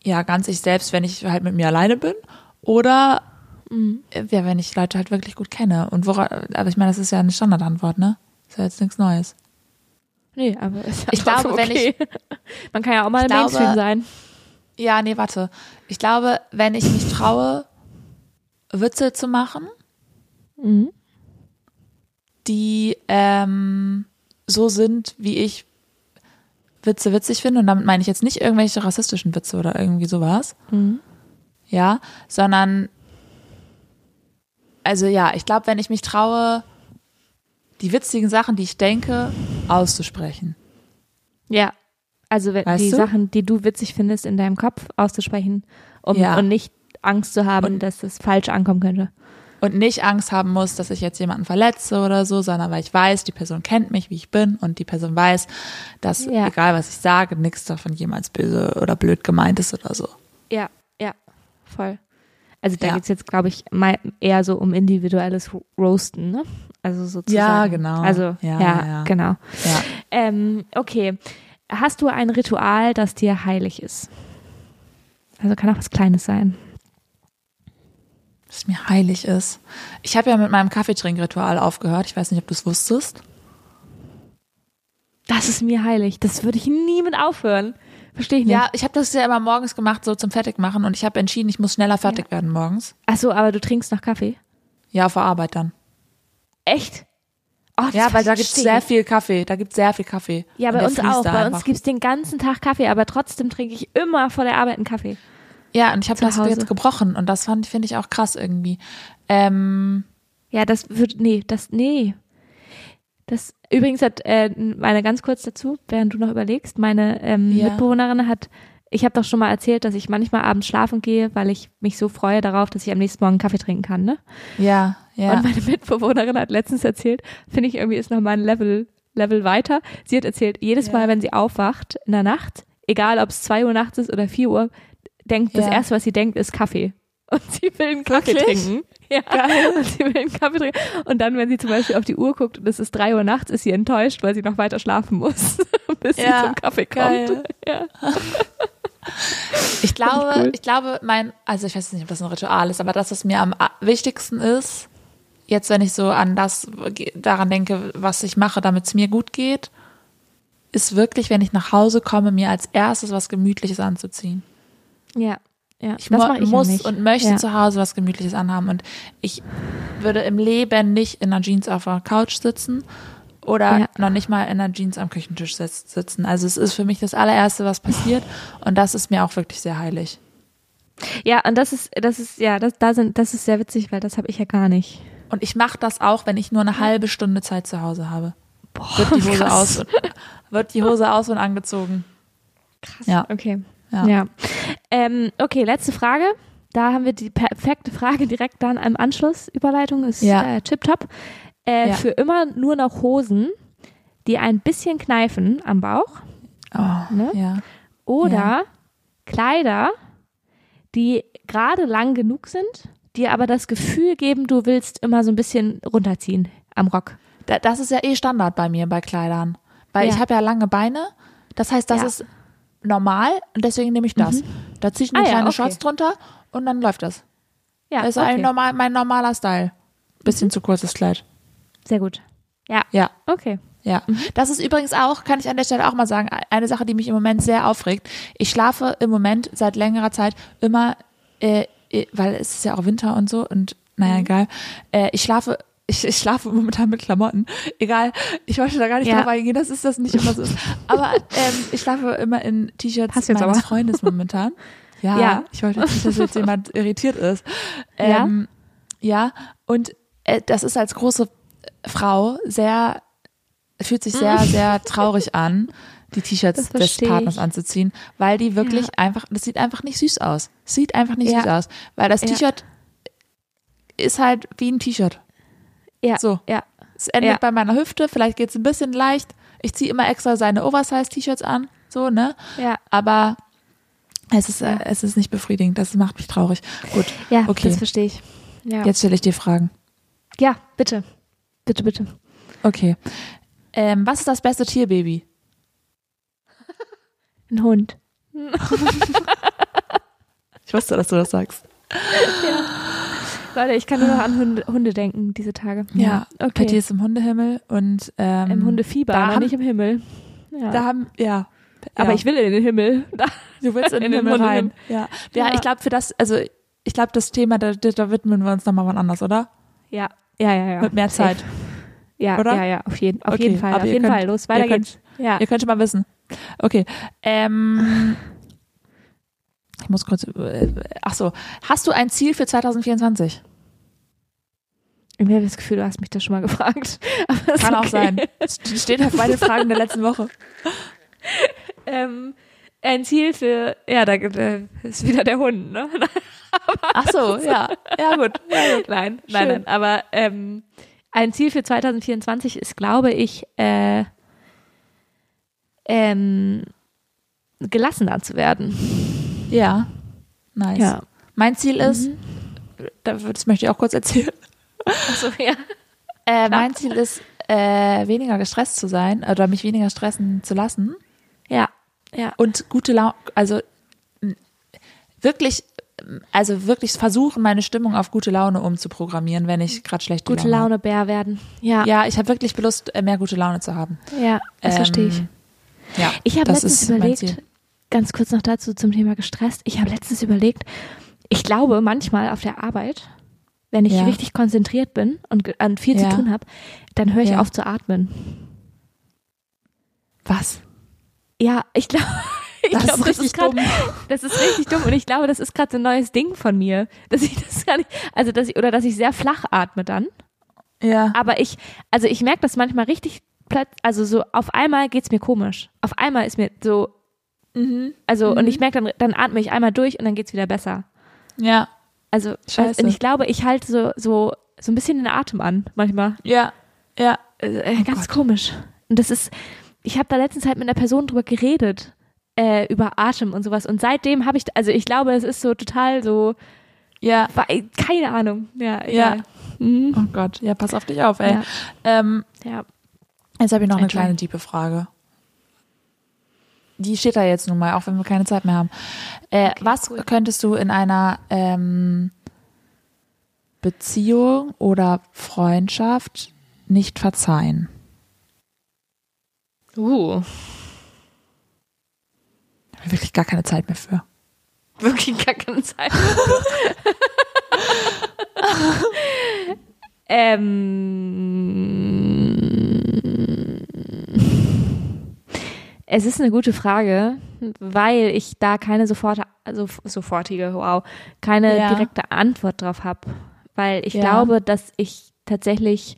A: ja ganz ich selbst, wenn ich halt mit mir alleine bin oder äh, ja, wenn ich Leute halt wirklich gut kenne und wora, aber ich meine, das ist ja eine Standardantwort, ne? Ist ja jetzt nichts Neues.
B: Nee, aber ist
A: Ich
B: auch
A: glaube, wenn
B: okay. *laughs* Man kann ja auch mal
A: Ich glaube-
B: Mainstream sein.
A: Ja, nee, warte. Ich glaube, wenn ich mich traue, Witze zu machen,
B: Mhm.
A: die ähm, so sind, wie ich Witze witzig finde, und damit meine ich jetzt nicht irgendwelche rassistischen Witze oder irgendwie sowas,
B: Mhm.
A: ja, sondern, also ja, ich glaube, wenn ich mich traue, die witzigen Sachen, die ich denke, auszusprechen.
B: Ja. Also wenn
A: Weißt
B: die
A: du?
B: Sachen, die du witzig findest, in deinem Kopf auszusprechen um,
A: Ja.
B: und nicht Angst zu haben,
A: Und-
B: dass es falsch ankommen könnte.
A: und nicht Angst haben muss, dass ich jetzt jemanden verletze oder so, sondern weil ich weiß, die Person kennt mich, wie ich bin und die Person weiß, dass
B: Ja.
A: egal was ich sage, nichts davon jemals böse oder blöd gemeint ist oder so.
B: Ja, ja, voll. Also da
A: Ja.
B: geht's jetzt, glaube ich, mal eher so um individuelles Ro- Roasten, ne? Also sozusagen.
A: genau.
B: Also ja,
A: Ja, ja.
B: genau.
A: Ja.
B: Ähm, okay. Hast du ein Ritual, das dir heilig ist? Also kann auch was Kleines sein.
A: Was mir heilig ist. Ich habe ja mit meinem Kaffeetrinkritual aufgehört. Ich weiß nicht, ob du es wusstest.
B: Das ist mir heilig. Das würde ich nie mit aufhören. Verstehe ich nicht.
A: Ja, ich habe das ja immer morgens gemacht, so zum Fertigmachen und ich habe entschieden, ich muss schneller fertig werden morgens.
B: Ach so, aber du trinkst noch Kaffee?
A: Ja, vor Arbeit dann.
B: Echt? Oh, das
A: Ja, weil da gibt's
B: verstehe
A: sehr
B: ich.
A: viel Kaffee. Da gibt's sehr viel Kaffee.
B: Ja,
A: Und
B: bei
A: der
B: uns
A: fließt
B: auch.
A: da
B: Bei
A: einfach.
B: uns gibt's den ganzen Tag Kaffee, aber trotzdem trinke ich immer vor der Arbeit einen Kaffee.
A: Ja, und ich habe
B: Zu
A: das
B: Hause.
A: jetzt gebrochen und das fand- finde ich auch krass irgendwie. Ähm,
B: Ja, das wird, nee, das, nee. Das, übrigens hat, äh, meine ganz kurz dazu, während du noch überlegst, meine ähm,
A: Ja.
B: Mitbewohnerin hat, ich habe doch schon mal erzählt, dass ich manchmal abends schlafen gehe, weil ich mich so freue darauf, dass ich am nächsten Morgen Kaffee trinken kann, ne?
A: ja, ja.
B: Und meine Mitbewohnerin hat letztens erzählt, finde ich irgendwie ist nochmal ein Level, Level weiter. Sie hat erzählt, jedes
A: Ja.
B: Mal, wenn sie aufwacht in der Nacht, egal ob es 2 Uhr nachts ist oder 4 Uhr, denkt das
A: Ja.
B: erste, was sie denkt, ist Kaffee. *laughs* Und sie will einen Kaffee
A: Wirklich?
B: trinken. Ja, *laughs* und sie will einen Kaffee trinken. Und dann, wenn sie zum Beispiel auf die Uhr guckt und es ist 3 Uhr nachts, ist sie enttäuscht, weil sie noch weiter schlafen muss, *laughs* bis
A: Ja,
B: sie zum Kaffee
A: geil.
B: kommt. Ja.
A: Ich glaube,
B: cool.
A: ich glaube, mein, also ich weiß nicht, ob das ein Ritual ist, aber das, was mir am a- wichtigsten ist, jetzt, wenn ich so an das, ge- daran denke, was ich mache, damit es mir gut geht, ist wirklich, wenn ich nach Hause komme, mir als erstes was Gemütliches anzuziehen.
B: *laughs* ja. Ja,
A: Ich,
B: das
A: mo-
B: mach ich ja
A: muss
B: nicht.
A: und möchte
B: ja.
A: zu Hause was Gemütliches anhaben und ich würde im Leben nicht in einer Jeans auf der Couch sitzen oder
B: Ja.
A: noch nicht mal in einer Jeans am Küchentisch sitz- sitzen. Also es ist für mich das allererste, was passiert und das ist mir auch wirklich sehr heilig.
B: Ja, und das ist, das ist, ja, das, da sind, das ist sehr witzig, weil das habe ich ja gar nicht.
A: Und ich mache das auch, wenn ich nur eine halbe Stunde Zeit zu Hause habe. wird die Hose
B: krass.
A: aus und wird die Hose aus und angezogen.
B: Krass.
A: Ja.
B: Okay.
A: Ja.
B: Ja. Ähm, okay, letzte Frage. Da haben wir die perfekte Frage direkt dann im Anschluss. Überleitung ist
A: Ja.
B: äh, tipptopp. Äh,
A: Ja.
B: Für immer nur noch Hosen, die ein bisschen kneifen am Bauch.
A: Oh,
B: Ne?
A: ja.
B: Oder
A: Ja.
B: Kleider, die gerade lang genug sind, die aber das Gefühl geben, du willst immer so ein bisschen runterziehen am Rock.
A: Da, das ist ja eh Standard bei mir bei Kleidern, weil
B: Ja.
A: ich habe ja lange Beine. Das heißt, das
B: Ja.
A: ist normal und deswegen nehme ich das. Da ziehe ich eine
B: Ah ja,
A: kleine
B: okay. Ah,
A: Shorts drunter und dann läuft das.
B: Ja,
A: das ist ein normal, mein normaler Style. Bisschen
B: Mhm.
A: zu kurzes Kleid.
B: Sehr gut. Ja.
A: Ja.
B: Okay.
A: Ja, Mhm. das ist übrigens auch, kann ich an der Stelle auch mal sagen, eine Sache, die mich im Moment sehr aufregt. Ich schlafe im Moment seit längerer Zeit immer, äh, äh, weil es ist ja auch Winter und so und naja,
B: Mhm.
A: egal. Äh, ich schlafe, ich, ich schlafe momentan mit Klamotten. Egal, ich wollte da gar nicht
B: Ja.
A: drauf eingehen, das ist das nicht immer so. ist. Aber ähm, ich schlafe immer in T-Shirts
B: Passt
A: meines
B: jetzt aber.
A: Freundes momentan. Ja,
B: Ja.
A: ich wollte jetzt nicht, dass jetzt
B: *laughs*
A: jemand irritiert ist.
B: Ja?
A: Ähm, ja, und äh, das ist als große Frau sehr fühlt sich sehr, sehr traurig an, die T-Shirts
B: Mhm. Das
A: des
B: verstehe
A: Partners
B: ich.
A: anzuziehen, weil die wirklich einfach, das sieht einfach nicht süß aus. Sieht einfach nicht
B: Ja.
A: süß aus, weil das
B: Ja.
A: T-Shirt ist halt wie ein T-Shirt.
B: Ja.
A: So.
B: Ja.
A: Es endet
B: Ja.
A: bei meiner Hüfte, vielleicht geht's ein bisschen leicht. Ich ziehe immer extra seine Oversize-T-Shirts an, so, ne?
B: Ja.
A: Aber es ist, äh, es ist nicht befriedigend, das macht mich traurig. Gut,
B: Ja,
A: Okay.
B: das verstehe ich. Ja.
A: jetzt stelle ich dir Fragen.
B: ja, bitte. Bitte, bitte.
A: Okay. Ähm, was ist das beste Tierbaby?
B: Ein Hund.
A: Ich wusste, dass du das sagst.
B: Leute, ich kann nur noch an Hunde, Hunde denken diese Tage.
A: Ja, okay. Patty
B: okay.
A: ist im Hundehimmel und ähm,
B: Im Hundefieber,
A: da
B: aber
A: haben-
B: nicht im Himmel. Ja.
A: Da haben ja.
B: aber
A: ja.
B: ich will in den *laughs* Himmel. Da,
A: du willst in, den
B: in den
A: Himmel rein.
B: Hundehimmel.
A: Ja, ja,
B: Ja.
A: ich glaube für das, also ich glaube das Thema, da, da widmen wir uns nochmal wann anders, oder?
B: ja. Ja, ja, ja.
A: Mit mehr
B: Safe.
A: Zeit.
B: Ja,
A: oder?
B: ja, ja, auf jeden, auf
A: Okay,
B: jeden Fall.
A: aber
B: Auf
A: ihr
B: jeden
A: könnt-
B: Fall. Los, weiter
A: ihr könnt-
B: geht's. Ja.
A: Ihr könnt schon mal wissen. Okay. Ähm, ich muss kurz. äh, Ach so, hast du ein Ziel für 2024?
B: Irgendwie habe ich das Gefühl, du hast mich das schon mal *laughs* gefragt. Aber ist
A: Kann auch
B: okay.
A: sein. *laughs* Es Steht auf beide Fragen der letzten Woche.
B: *laughs* Ähm, ein Ziel für, ja, da gibt- äh, ist wieder der Hund, ne?
A: Ach
B: *laughs*
A: so, ja, *laughs* ja gut.
B: nein, nein,
A: Schön.
B: nein. Aber ähm, ein Ziel für 2024 ist, glaube ich, äh, ähm, gelassener zu werden.
A: Ja, nice.
B: Ja. Mhm.
A: Mein Ziel ist, da- das möchte ich auch kurz erzählen.
B: Achso, ja.
A: Äh, mein Ziel ist, äh, weniger gestresst zu sein oder mich weniger stressen zu lassen
B: Ja, ja,
A: und gute Laune, also m, wirklich, m, also wirklich versuchen, meine Stimmung auf gute Laune umzuprogrammieren, wenn ich gerade schlechte
B: gute
A: Laune.
B: Laune Bär werden. Ja,
A: Habe. Genau.
B: ja,
A: Ja, ich habe wirklich Lust, äh, mehr gute Laune zu haben.
B: das
A: Ähm,
B: verstehe ich.
A: Ja,
B: Ich habe
A: das
B: letztens
A: ist mein
B: überlegt,
A: Ziel.
B: ganz kurz noch dazu zum Thema gestresst. Ich habe letztens überlegt, ich glaube manchmal auf der Arbeit, wenn ich
A: Ja.
B: richtig konzentriert bin und ge- an viel
A: Ja.
B: zu tun habe, dann höre ich
A: Ja.
B: auf zu atmen.
A: Was?
B: Ja, *laughs* ich glaube, ich
A: Das ist
B: glaube, das
A: richtig
B: ist grad,
A: dumm.
B: Das ist richtig dumm und ich glaube, das ist gerade so ein neues Ding von mir, dass ich das gar nicht, also dass ich oder dass ich sehr flach atme dann.
A: Ja.
B: Aber ich, also ich merke das manchmal richtig, platt- also so auf einmal geht's mir komisch. Auf einmal ist mir so,
A: Mhm.
B: also und ich merke dann, dann atme ich einmal durch und dann geht's wieder besser.
A: Ja.
B: Also
A: Scheiße.
B: und ich glaube, ich halte so so so ein bisschen den Atem an manchmal.
A: Ja. Ja.
B: Äh, ganz komisch. Und das ist, ich habe da letztens halt mit einer Person drüber geredet, äh, über Atem und sowas. Und seitdem habe ich, also ich glaube, es ist so total so,
A: Ja.
B: war- keine Ahnung. Ja,
A: Ja.
B: egal. Mhm.
A: Oh Gott. Ja, pass auf dich auf, ey.
B: Ja.
A: Ähm,
B: ja.
A: jetzt habe ich noch eine kleine
B: Entschuldigung.
A: tiefe Frage. Die steht da jetzt nun mal, auch wenn wir keine Zeit mehr haben. Äh, was
B: cool.
A: könntest du in einer ähm, Beziehung oder Freundschaft nicht verzeihen?
B: Uh,
A: Da hab ich wirklich gar keine Zeit mehr für.
B: wirklich gar keine *laughs* Zeit. ähm, es ist eine gute Frage, weil ich da keine sofort, also sofortige, wow, keine
A: Ja.
B: direkte Antwort drauf habe. Weil ich
A: Ja.
B: glaube, dass ich tatsächlich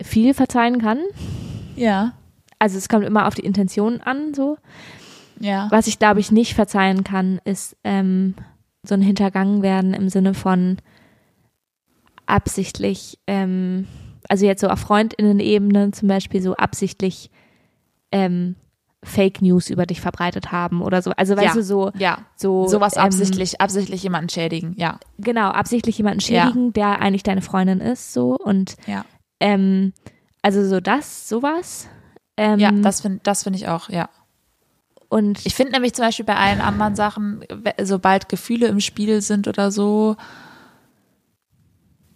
B: viel verzeihen kann.
A: Ja.
B: Also es kommt immer auf die Intention an, so.
A: Ja.
B: Was ich, glaube ich, nicht verzeihen kann, ist ähm, so ein Hintergangen werden im Sinne von absichtlich, ähm, also jetzt so auf Freundinnen-Ebene zum Beispiel so absichtlich ähm, Fake News über dich verbreitet haben oder so. Also weißt
A: Ja.
B: du, so,
A: Ja.
B: so
A: Sowas
B: ähm,
A: absichtlich, absichtlich jemanden schädigen. Ja.
B: Genau, absichtlich jemanden
A: Ja.
B: schädigen, der eigentlich deine Freundin ist, so und
A: Ja.
B: ähm, also so das, sowas. Ähm,
A: Ja, das finde das find ich auch, ja.
B: und
A: Ich finde nämlich zum Beispiel bei allen anderen Sachen, we- sobald Gefühle im Spiel sind oder so,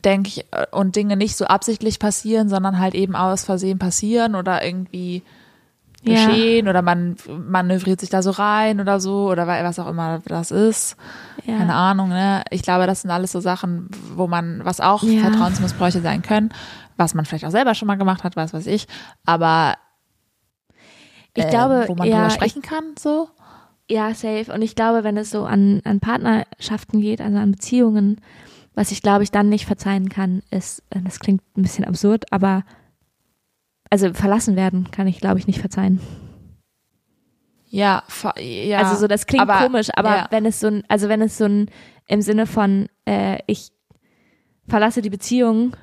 A: denke ich, äh, und Dinge nicht so absichtlich passieren, sondern halt eben aus Versehen passieren oder irgendwie
B: Ja.
A: geschehen oder man manövriert sich da so rein oder so oder wa- was auch immer das ist.
B: ja.
A: Keine Ahnung, ne? Ich glaube, das sind alles so Sachen, wo man, was auch
B: Ja.
A: Vertrauensmissbräuche sein können, was man vielleicht auch selber schon mal gemacht hat, was weiß ich, aber
B: Ich
A: ähm,
B: glaube,
A: wo man
B: ja,
A: drüber
B: ich-
A: sprechen kann, so.
B: Ja, safe. Und ich glaube, wenn es so an, an Partnerschaften geht, also an Beziehungen, was ich glaube ich dann nicht verzeihen kann, ist, äh, das klingt ein bisschen absurd, aber also verlassen werden kann ich glaube ich nicht verzeihen.
A: Ja, fa- ja.
B: also so, das klingt
A: aber-
B: komisch, aber
A: ja.
B: wenn es so ein, also wenn es so ein, im Sinne von, äh, ich verlasse die Beziehung,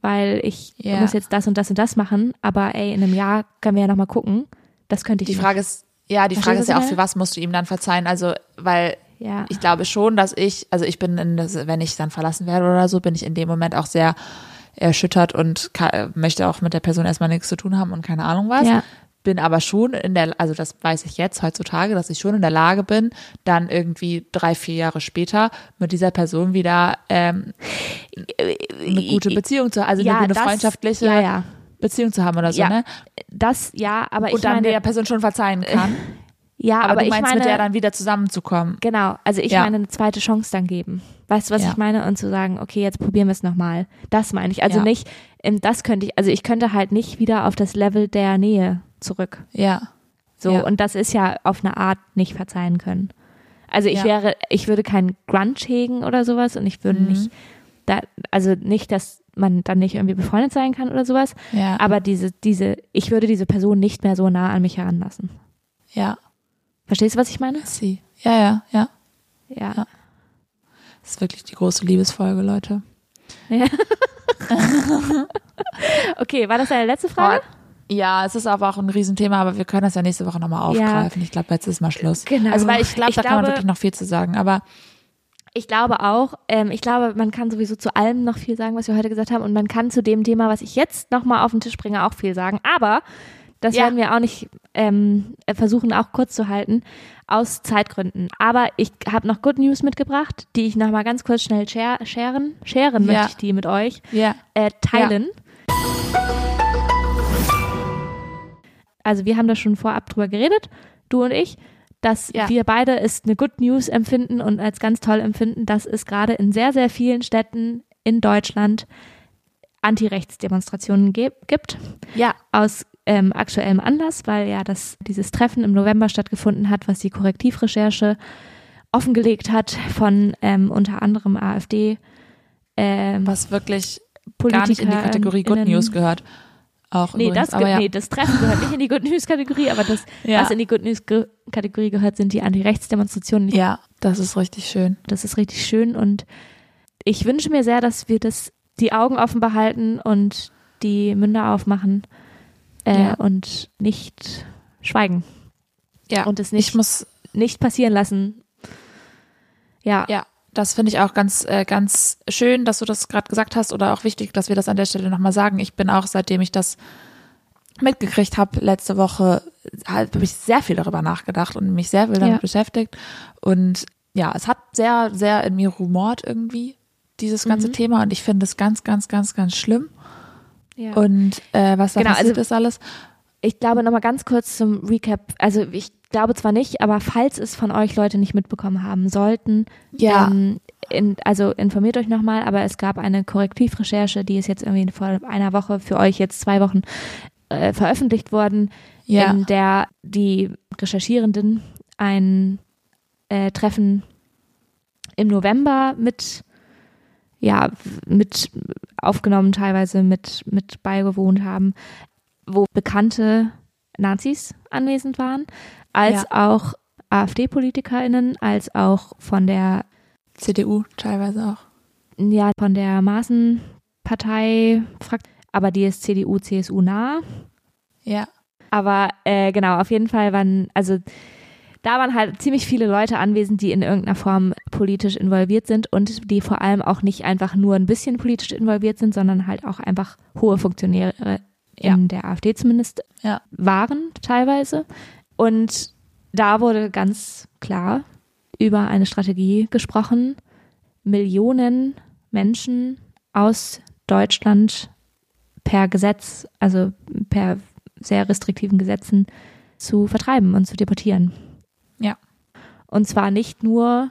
B: weil ich
A: Ja.
B: muss jetzt das und das und das machen, aber ey, in einem Jahr können wir ja nochmal gucken. Das könnte ich
A: Die
B: nicht.
A: Frage ist, ja, die
B: Verstehst
A: Frage
B: du,
A: ist ja
B: was
A: auch,
B: ich
A: für
B: meine?
A: was musst du ihm dann verzeihen? Also, weil
B: Ja.
A: ich glaube schon, dass ich, also ich bin, in, das- wenn ich dann verlassen werde oder so, bin ich in dem Moment auch sehr erschüttert und ka- äh, möchte auch mit der Person erstmal nichts zu tun haben und keine Ahnung was.
B: Ja.
A: Bin aber schon in der, also das weiß ich jetzt heutzutage, dass ich schon in der Lage bin, dann irgendwie drei, vier Jahre später mit dieser Person wieder ähm, eine gute Beziehung zu, also
B: ja,
A: eine gute
B: das-
A: freundschaftliche
B: ja, ja.
A: Beziehung zu haben oder so,
B: Ja.
A: ne?
B: Das, ja, aber ich
A: Und dann
B: meine,
A: der Person schon
B: *laughs*
A: verzeihen kann.
B: Ja, aber,
A: Aber, du
B: ich
A: meinst
B: meine,
A: mit der dann wieder zusammenzukommen.
B: genau, also ich
A: Ja.
B: meine eine zweite Chance dann geben. Weißt du, was
A: Ja.
B: ich meine? Und zu sagen, okay, jetzt probieren wir es nochmal. Das meine ich. Also
A: Ja.
B: nicht, ähm, das könnte ich, also ich könnte halt nicht wieder auf das Level der Nähe zurück.
A: Ja.
B: So,
A: Ja.
B: und das ist ja auf eine Art nicht verzeihen können. Also ich
A: Ja.
B: wäre, ich würde keinen Grunge hegen oder sowas und ich würde
A: Mhm.
B: nicht, da, also nicht, dass man dann nicht irgendwie befreundet sein kann oder sowas,
A: Ja.
B: aber diese, diese, ich würde diese Person nicht mehr so nah an mich heranlassen.
A: Ja.
B: Verstehst du, was ich meine?
A: Sie. Ja, ja, ja.
B: Ja.
A: Ja. Das ist wirklich die große Liebesfolge, Leute.
B: Okay, war das deine letzte Frage?
A: Ja, es ist aber auch ein Riesenthema, aber wir können das ja nächste Woche nochmal aufgreifen. Ich glaube, jetzt ist mal Schluss.
B: Genau.
A: Also, weil ich glaube,
B: Ich
A: da kann man
B: glaube-
A: wirklich noch viel zu sagen. Aber
B: Ich glaube auch. Ähm, ich glaube, man kann sowieso zu allem noch viel sagen, was wir heute gesagt haben. Und man kann zu dem Thema, was ich jetzt nochmal auf den Tisch bringe, auch viel sagen. Aber das
A: Ja.
B: werden wir auch nicht ähm, versuchen, auch kurz zu halten, aus Zeitgründen. Aber ich habe noch Good News mitgebracht, die ich nochmal ganz kurz schnell share, sharen. Sharen
A: Ja.
B: möchte ich die mit euch.
A: ja.
B: Äh, teilen. Also wir haben da schon vorab drüber geredet, du und ich, dass
A: Ja.
B: wir beide es eine Good News empfinden und als ganz toll empfinden, dass es gerade in sehr, sehr vielen Städten in Deutschland Antirechtsdemonstrationen ge- gibt
A: Ja.
B: aus ähm, aktuellem Anlass, weil ja das, dieses Treffen im November stattgefunden hat, was die Korrektivrecherche offengelegt hat von ähm, unter anderem AfD. Ähm,
A: was wirklich gar nicht
B: Politiker ähm,
A: in die Kategorie Good News gehört. Auch
B: Nee,
A: übrigens,
B: das,
A: aber
B: ge-
A: ja.
B: nee, das Treffen gehört nicht in die Good News Kategorie, aber das,
A: *laughs* Ja.
B: was in die Good News Ge- Kategorie gehört, sind die Antirechtsdemonstrationen. Ich-
A: ja, das ist richtig schön.
B: Das ist richtig schön und ich wünsche mir sehr, dass wir das die Augen offen behalten und die Münder aufmachen äh,
A: Ja.
B: und nicht schweigen
A: Ja,
B: und es
A: ich
B: nicht,
A: muss
B: nicht passieren lassen. Ja,
A: Ja, das finde ich auch ganz, äh, ganz schön, dass du das gerade gesagt hast oder auch wichtig, dass wir das an der Stelle nochmal sagen. Ich bin auch, seitdem ich das mitgekriegt habe letzte Woche, halt habe ich sehr viel darüber nachgedacht und mich sehr viel damit
B: Ja.
A: beschäftigt. Und ja, es hat sehr, sehr in mir rumort irgendwie, dieses ganze
B: Mhm.
A: Thema. Und ich finde es ganz, ganz, ganz, ganz schlimm.
B: ja.
A: Und äh, was da
B: Genau,
A: passiert
B: also-
A: ist alles.
B: Ich glaube nochmal ganz kurz zum Recap. Also ich glaube zwar nicht, aber falls es von euch Leute nicht mitbekommen haben sollten,
A: Ja.
B: ähm, in, also informiert euch nochmal, aber es gab eine Korrektivrecherche, die ist jetzt irgendwie vor einer Woche für euch jetzt zwei Wochen äh, veröffentlicht worden,
A: Ja.
B: in der die Recherchierenden ein äh, Treffen im November mit ja mit aufgenommen teilweise mit mit beigewohnt haben, wo bekannte Nazis anwesend waren, als auch AfD-PolitikerInnen, als auch von der
A: CDU teilweise auch.
B: ja, von der Maßenpartei, fragt- aber die ist CDU, CSU nah.
A: Ja.
B: Aber äh, genau, auf jeden Fall waren, also da waren halt ziemlich viele Leute anwesend, die in irgendeiner Form politisch involviert sind und die vor allem auch nicht einfach nur ein bisschen politisch involviert sind, sondern halt auch einfach hohe Funktionäre in
A: Ja.
B: der AfD zumindest
A: Ja.
B: waren teilweise. Und da wurde ganz klar über eine Strategie gesprochen, Millionen Menschen aus Deutschland per Gesetz, also per sehr restriktiven Gesetzen zu vertreiben und zu deportieren.
A: Ja.
B: Und zwar nicht nur,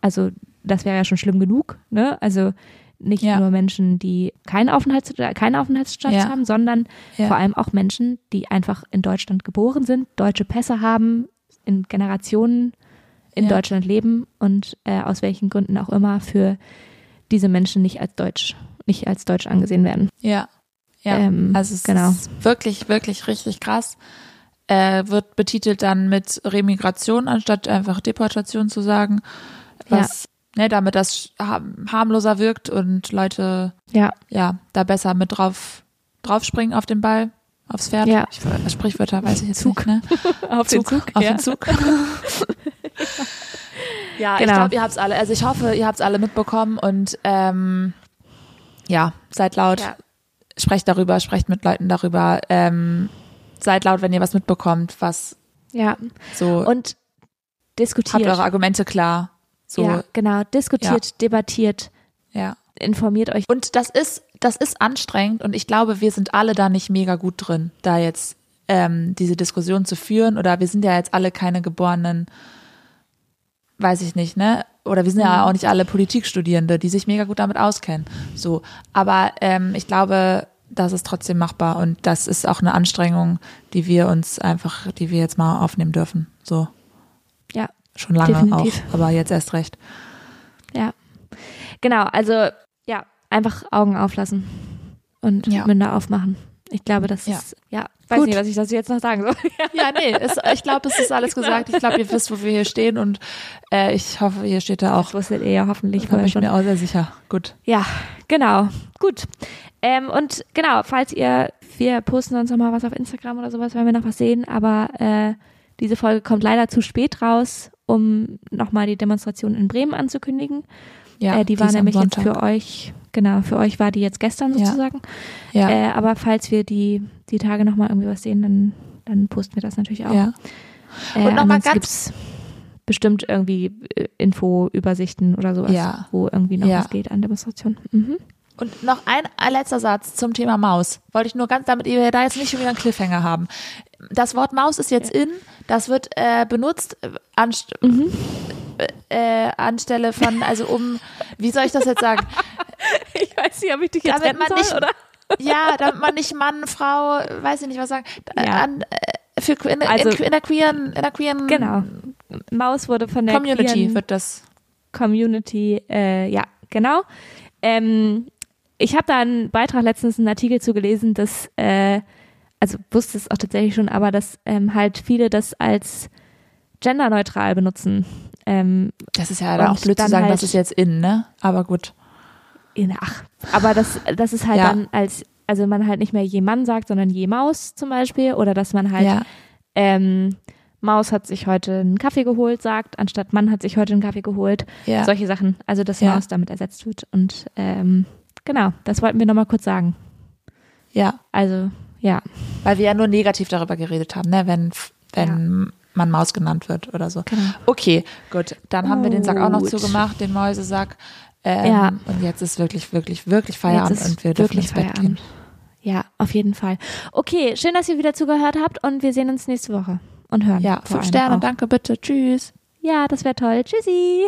B: also das wäre ja schon schlimm genug, ne? Also nicht
A: Ja.
B: nur Menschen, die keinen Aufenthalts keine Aufenthaltsstatus
A: Ja.
B: haben, sondern
A: Ja.
B: vor allem auch Menschen, die einfach in Deutschland geboren sind, deutsche Pässe haben, in Generationen in
A: Ja.
B: Deutschland leben und äh, aus welchen Gründen auch immer für diese Menschen nicht als deutsch, nicht als deutsch angesehen werden.
A: Ja. Ja.
B: Ähm,
A: Also es
B: genau.
A: ist wirklich, wirklich richtig krass. Äh, wird betitelt dann mit Remigration, anstatt einfach Deportation zu sagen. Was, ne, damit das ha- harmloser wirkt und Leute
B: Ja,
A: ja da besser mit drauf draufspringen auf den Ball, aufs Pferd.
B: Ja.
A: Ich, Sprichwörter weiß ich jetzt
B: Zug.
A: nicht. Ne?
B: auf
A: auf
B: ja.
A: den
B: *laughs*
A: Zug. ja,
B: Genau.
A: ich glaube, ihr habt's alle. Also ich hoffe, ihr habt's alle mitbekommen und ähm, ja, seid laut,
B: Ja.
A: sprecht darüber, sprecht mit Leuten darüber. Ähm, seid laut, wenn ihr was mitbekommt, was
B: Ja,
A: so
B: und
A: habt eure
B: diskutiert.
A: Argumente klar. So
B: Ja,
A: ja.
B: genau, diskutiert, debattiert, informiert euch.
A: Und das ist das ist anstrengend und ich glaube, wir sind alle da nicht mega gut drin, da jetzt ähm, diese Diskussion zu führen oder wir sind ja jetzt alle keine geborenen weiß ich nicht, ne? Oder wir sind ja auch nicht alle Politikstudierende, die sich mega gut damit auskennen. So. Aber ähm, ich glaube, das ist trotzdem machbar und das ist auch eine Anstrengung, die wir uns einfach, die wir jetzt mal aufnehmen dürfen. So.
B: Ja.
A: Schon lange
B: Definitiv.
A: auch, aber jetzt erst recht.
B: Ja. Genau, also ja, einfach Augen auflassen und
A: Ja.
B: Münder aufmachen. Ich glaube, das
A: Ja.
B: ist ja, weiß
A: Gut.
B: nicht, was ich dazu jetzt noch sagen soll.
A: Ja, nee, es, ich glaube, es ist alles gesagt. Ich glaube, ihr wisst, wo wir hier stehen und äh, ich hoffe, ihr steht da auch.
B: *laughs* Das wusstet ihr ja hoffentlich
A: Da bin
B: vorher
A: ich
B: schon.
A: mir auch sehr sicher. Gut.
B: Ja, genau. Gut. Ähm, und genau, falls ihr, wir posten sonst nochmal was auf Instagram oder sowas, wenn wir noch was sehen, aber äh, diese Folge kommt leider zu spät raus, um nochmal die Demonstration in Bremen anzukündigen.
A: Ja,
B: äh, die war
A: ist am
B: nämlich jetzt
A: Sonntag.
B: für euch, genau, für euch war die jetzt gestern
A: Ja.
B: sozusagen.
A: Ja,
B: Äh, aber falls wir die, die Tage nochmal irgendwie was sehen, dann, dann posten wir das natürlich auch.
A: ja.
B: Äh,
A: Und noch mal
B: ansonsten
A: ganz-
B: gibt's bestimmt irgendwie äh, Info-Übersichten oder sowas,
A: Ja.
B: wo irgendwie noch
A: Ja.
B: was geht an Demonstrationen. Mhm.
A: Und noch ein letzter Satz zum Thema Maus. Wollte ich nur ganz, damit ihr da jetzt nicht schon wieder einen Cliffhanger haben. Das Wort Maus ist jetzt in, das wird äh, benutzt äh, anst äh, anstelle von, also um, wie soll ich das jetzt sagen?
B: *laughs* Ich weiß nicht, ob ich dich jetzt
A: Damit
B: retten
A: man
B: soll,
A: nicht-
B: oder?
A: ja, damit man nicht Mann, Frau, weiß ich nicht was sagen.
B: Ja.
A: Ja. An, äh, für, in,
B: Also-
A: in, in der queeren, in der queeren
B: Genau. Maus wurde von der
A: Community
B: queeren
A: wird das.
B: Community, äh, ja, genau. Ähm, ich habe da einen Beitrag letztens, einen Artikel zu gelesen, dass, äh, also wusste es auch tatsächlich schon, aber dass ähm, halt viele das als genderneutral benutzen. Ähm,
A: Das ist ja dann
B: Und
A: auch blöd
B: dann
A: zu sagen,
B: halt-
A: das ist jetzt in, ne? Aber gut.
B: in, ach, aber das, das ist halt
A: Ja.
B: dann als, also man halt nicht mehr je Mann sagt, sondern je Maus zum Beispiel, oder dass man halt
A: ja.
B: ähm, Maus hat sich heute einen Kaffee geholt, sagt, anstatt Mann hat sich heute einen Kaffee geholt.
A: Ja.
B: Solche Sachen. Also, dass
A: Ja.
B: Maus damit ersetzt wird. Und ähm, genau, das wollten wir nochmal kurz sagen.
A: ja.
B: Also, ja,
A: Weil wir ja nur negativ darüber geredet haben, ne? Wenn, wenn man Maus genannt wird oder so.
B: Genau.
A: Okay, gut. Dann haben wir den Sack auch noch
B: Gut.
A: zugemacht, den Mäusesack. Ähm,
B: Ja.
A: Und jetzt ist wirklich, wirklich, wirklich Feierabend
B: Jetzt ist
A: und wir dürfen
B: wirklich
A: ins Bett gehen.
B: Feierabend. ja, auf jeden Fall. Okay, schön, dass ihr wieder zugehört habt und wir sehen uns nächste Woche und hören.
A: Ja,
B: vor
A: fünf
B: allem
A: Sterne,
B: auch.
A: danke bitte, tschüss.
B: Ja, das wäre toll. Tschüssi.